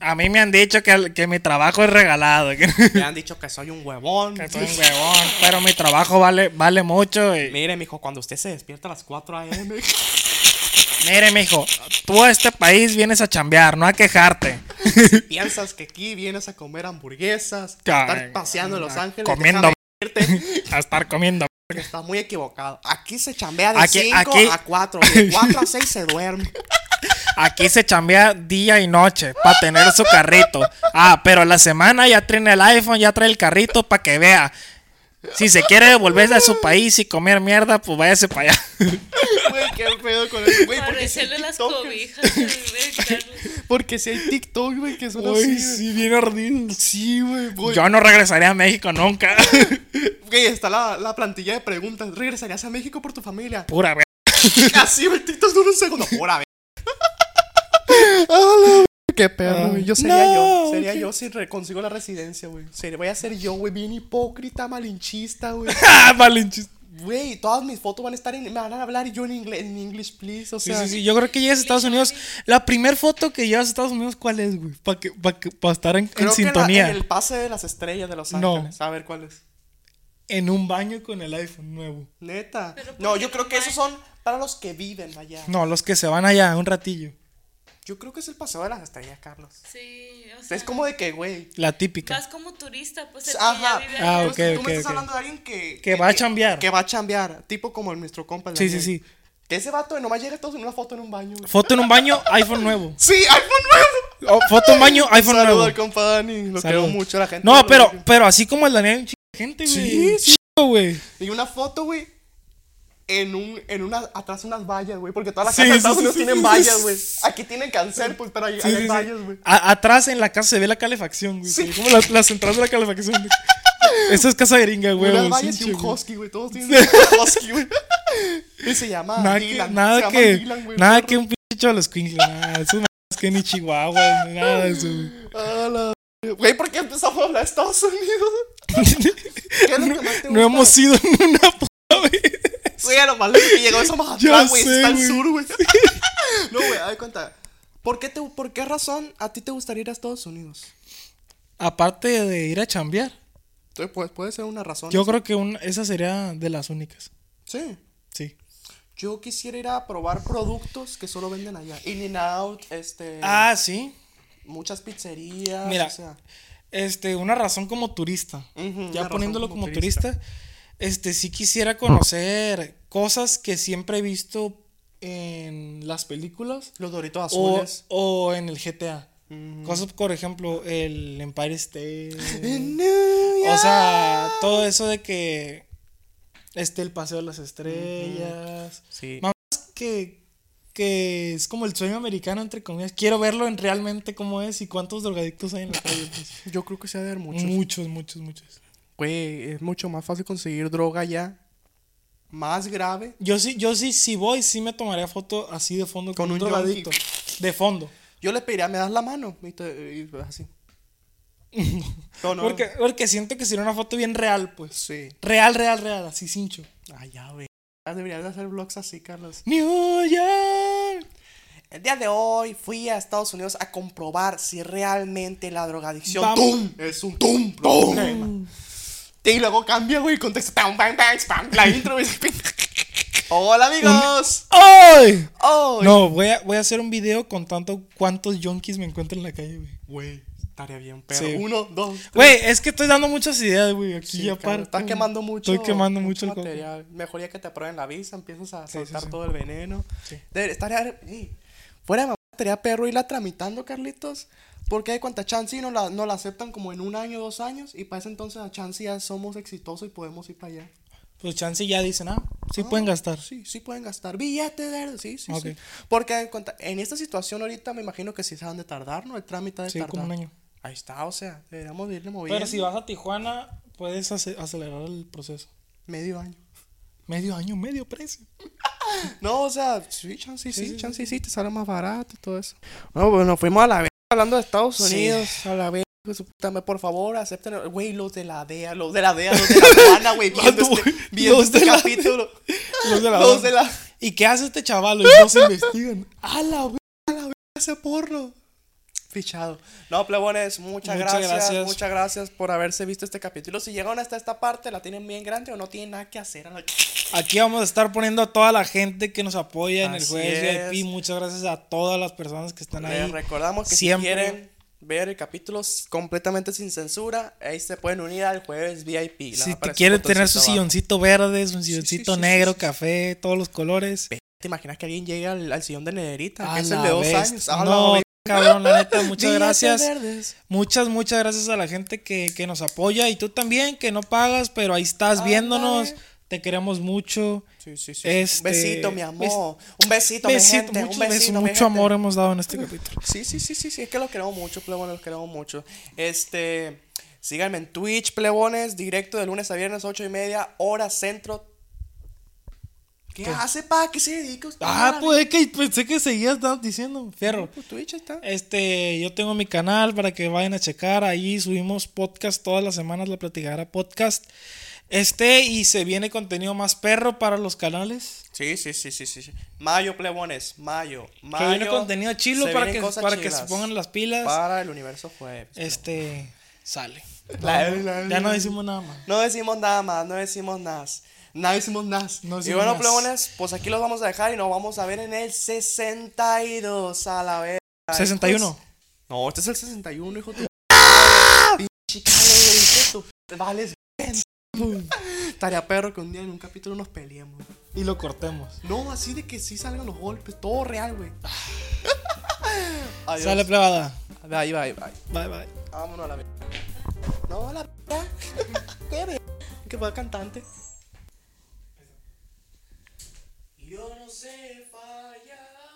A mí me han dicho que, que mi trabajo es regalado. [LAUGHS] Que, Me han dicho que soy un huevón. que soy un huevón. Pero mi trabajo vale, vale mucho. [LAUGHS] y- Mire, mijo, cuando usted se despierta a las 4 [LAUGHS] a.m. Mire, mijo, tú a este país vienes a chambear, no a quejarte. piensas que aquí vienes a comer hamburguesas, a Ay, estar paseando en Los a- Ángeles, [LAUGHS] comiendo déjame decirte a estar comiendo. que estás muy equivocado. Aquí se chambea de Aquí- 5 aquí- a 4, de [LAUGHS] 4 a 6 se duerme. Aquí se chambea día y noche para tener su carrito. Ah, pero la semana ya traen el iPhone, ya trae el carrito para que vea. Si se quiere devolverse a su país y comer mierda, pues váyase para allá. Güey, qué pedo con eso, güey, porque si hay Parecerle las TikTokers, cobijas. de- de [LAUGHS] Carlos. porque si hay TikTok, güey, que son así, Uy, güey. bien ardido. Sí, güey, güey. Yo no regresaré a México nunca. Güey, está la, la plantilla de preguntas. ¿Regresarías a México por tu familia? [LAUGHS] Pura ver- Así, güey, TikTok dura un segundo. Ahora, güey. Ah, la ver- Qué perro, güey. Yo sería No, yo. Sería ok. yo si re- consigo la residencia, güey. Ser- Voy a ser yo, güey, bien hipócrita, malinchista, güey. Ah, malinchis. Güey, todas mis fotos van a estar en. Me van a hablar y yo en inglés, en English, please. O Sí, sea, sí, sí. Yo creo que llegas a Estados Unidos. La primer foto que llevas a Estados Unidos, ¿cuál es, güey? Para que, pa' que- pa' estar en, en creo que la- sintonía. en el pase de las estrellas de Los No. Ángeles. A ver cuál es. en un baño con el iPhone nuevo. Neta. Pero ¿por No, qué yo no creo que esos van? son para los que viven allá. No, los que se van allá un ratillo. Yo creo que es el paseo de las estrellas, Carlos. Sí, o sea. Es como de que, güey. La típica. Vas como turista, pues el que ya Ajá. vive Ah, ahí. ok, Entonces, tú ok, me estás ok. hablando de alguien que. Que va a chambear. Que va a chambear. Tipo como el nuestro compa. el Sí, Daniel. sí, sí. Que ese vato de nomás llega todos en una foto en un baño. güey. Foto en un baño, iPhone nuevo. Sí, iPhone nuevo. O foto en baño, iPhone Saludo nuevo. al compa Dani. [LAUGHS] Lo Saludo. quiero mucho la gente. No, lo pero, quiero. pero así como el Daniel, hay un chingo de gente, güey. Sí, sí. Chingo, güey. Y una foto, güey. En un, en una, atrás unas vallas, güey. Porque todas las Sí, casas de sí, Estados sí, Unidos sí, tienen sí, vallas, sí. güey. Aquí tienen cáncer, pues, pero ahí Sí, ahí sí, hay sí. vallas, güey. A- Atrás en la casa se ve la calefacción, güey. Sí. Como las, las entradas de la calefacción. [LAUGHS] güey. Eso es casa gringa, güey. Unas güey, vallas sí, y un chingo. husky, güey. Todos [LAUGHS] tienen un husky, güey. Y se llama Nada que, Dylan. se nada llama que, Dylan, güey, nada perro. que un pinche a los Nada, esos más que ni Chihuahua, ni nada de [LAUGHS] eso, güey. A Ah, la ver- Güey, ¿por qué empezamos a hablar de Estados Unidos? ¿Qué es lo que más te No gusta? hemos ido en una puta vez. Güey, a lo malo es que llegó eso más [LAUGHS] Ya atrás, güey. sé, Está al güey. sur, [LAUGHS] güey. No, güey, a ver, cuenta. ¿Por qué, te, ¿Por qué razón a ti te gustaría ir a Estados Unidos? Aparte de ir a chambear, Entonces, pues, puede ser una razón. yo creo que un- esa sería de las únicas. Sí. Sí. Yo quisiera ir a probar productos que solo venden allá. In and out, este. Ah, sí. Muchas pizzerías. Mira, O sea, este, una razón como turista. Ujú, una ya razón poniéndolo como como, turista. turista. este, sí quisiera conocer cosas que siempre he visto en las películas los doritos o, azules. o en el GTA. Cosas, por ejemplo, el Empire State. O O sea, todo eso de que este el paseo de las estrellas. Sí. Mamás que, que es como el sueño americano, entre comillas. Quiero verlo en realmente cómo es y cuántos drogadictos hay en la calle. pues. Yo creo que se ha de ver mucho. Muchos, muchos, muchos. Güey, es mucho más fácil conseguir droga ya. Más grave. Yo sí, yo sí, si voy, sí me tomaría foto así de fondo Con con, un, un drogadicto. De fondo. Yo le pediría, me das la mano. Y, te- y pues, [LAUGHS] así. No, no. Porque, porque siento que sería una foto bien real, pues. Sí. Real, real, real, así cincho. Ay, ya, güey. Ya Deberías de hacer vlogs así, Carlos. New York. El día de hoy fui a Estados Unidos a comprobar si realmente la drogadicción Vamos. ¡tum! es un tum, problema. Y luego cambia, güey, el contexto. ¡Tam, bam, bam, spam! La intro, güey. [LAUGHS] Hola, amigos. ¡Ay! Oh, No, voy a, voy a hacer un video contando cuántos yonkis me encuentro en la calle, güey. Güey, estaría bien, pero Sí. uno, dos. tres. Güey, es que estoy dando muchas ideas, güey. Aquí Pues Sí, ya cabrón, para. Están quemando mucho. Estoy quemando mucho, el coco. material. Mejor ya que te aprueben la visa, empiezas a Sí, sí, soltar sí. todo el veneno. Sí. Debe- estaría. sí. Fuera de mamá, estaría perro irla tramitando, Carlitos. Porque hay cuanta chance y no la, no la aceptan como en un año, dos años. Y para ese entonces a chance ya somos exitosos y podemos ir para allá. Pues chance ya dicen, ah, sí pueden gastar. Sí, sí pueden gastar billetes, de- sí, sí, Ok. sí. Porque hay cuenta- en esta situación ahorita me imagino que sí se van de tardar, ¿no? El trámite ha de Sí, tardar. como un año. Ahí está, o sea, deberíamos de irle moviendo. Pero si vas a Tijuana, puedes ace- acelerar el proceso. Medio año. Medio año, medio precio. No, o sea, sí, chance, y sí, chance, y sí, te sale más barato y todo eso. No, bueno, fuimos a la verga hablando de Estados Sí. Unidos, a la verga. su puta madre, Por favor, acepten. Güey, los de la DEA, los de la DEA, los de la [LAUGHS] aduana, güey, viendo Los este, de- viendo los este de la- [LAUGHS] capítulo. [LAUGHS] Los de la. Los de la. [LAUGHS] ¿Y qué hace este chaval? Los dos investigan. A la verga, a la verga, ese porno. Fichado. No, plebones, muchas, Muchas gracias, gracias. Muchas gracias por haberse visto este capítulo. Si llegaron hasta esta parte, la tienen bien grande o no tienen nada que hacer. a la- Aquí vamos a estar poniendo a toda la gente que nos apoya en el Así jueves es. VIP. Muchas gracias a todas las personas que están Les ahí. recordamos que Siempre. si quieren ver el capítulo s- completamente sin censura, ahí se pueden unir al jueves VIP. Le va a Si te aparecer quieres un tener su botoncito abajo. silloncito verde, su sí, silloncito sí, negro, sí, sí. café, todos los colores. ¿Te imaginas que alguien llegue al, al sillón de Nederita? A Que es el Ah, la de dos bestia. años. Ah, A la No, bestia. cabrón, [LAUGHS] la neta, muchas Billetes gracias. verdes. Muchas, muchas gracias a la gente que, que nos apoya y tú también, que no pagas, pero ahí estás Ándale. viéndonos. Te queremos mucho. Sí, sí, sí. Este, Un besito, mi amor. Un besito, mi gente. muchos un besito, besos, mi mucho gente. amor hemos dado en este capítulo. Sí, sí, sí, sí, sí, es que los queremos mucho, plebones, los queremos mucho. Este, síganme en Twitch, plebones, directo de lunes a viernes, 8 y media, hora centro. ¿Qué, hace, pa? ¿Qué se dedica usted? Pues Ah, A la pues es que pensé que seguías dando- diciendo, fierro. verga, pues, Twitch ahí está. Este, yo tengo mi canal para que vayan a checar. Ahí subimos podcast todas las semanas, la platicará podcast. Este, y se viene contenido más perro para los canales. Sí, sí, sí, sí, sí. sí. Mayo, plebones, mayo, mayo. Que viene contenido chilo se para, vienen que, cosas para que se chilas. pongan las pilas. Para el universo jueves. Este, sale. La- la- Ya no decimos nada más. No decimos nada más, no decimos nada. No decimos nada. No y decimos bueno, nas. plebones, pues aquí los vamos a dejar y nos vamos a ver en el 62 a la vez. 61. No, este es el 61, hijo de tu. ¡Ah! Pinche Carlos, hijo de tu- te Vales, verga. Estaría perro que un día en un capítulo nos peleemos. Y lo cortemos. No, así de que sí salgan los golpes, todo real, güey. Adiós. Sale plebada. Bye, bye, bye. Bye bye. Vámonos a la verga. No, a la [LAUGHS] verga. ¿Qué verga? ¿Qué va cantante? Yo no sé fallar.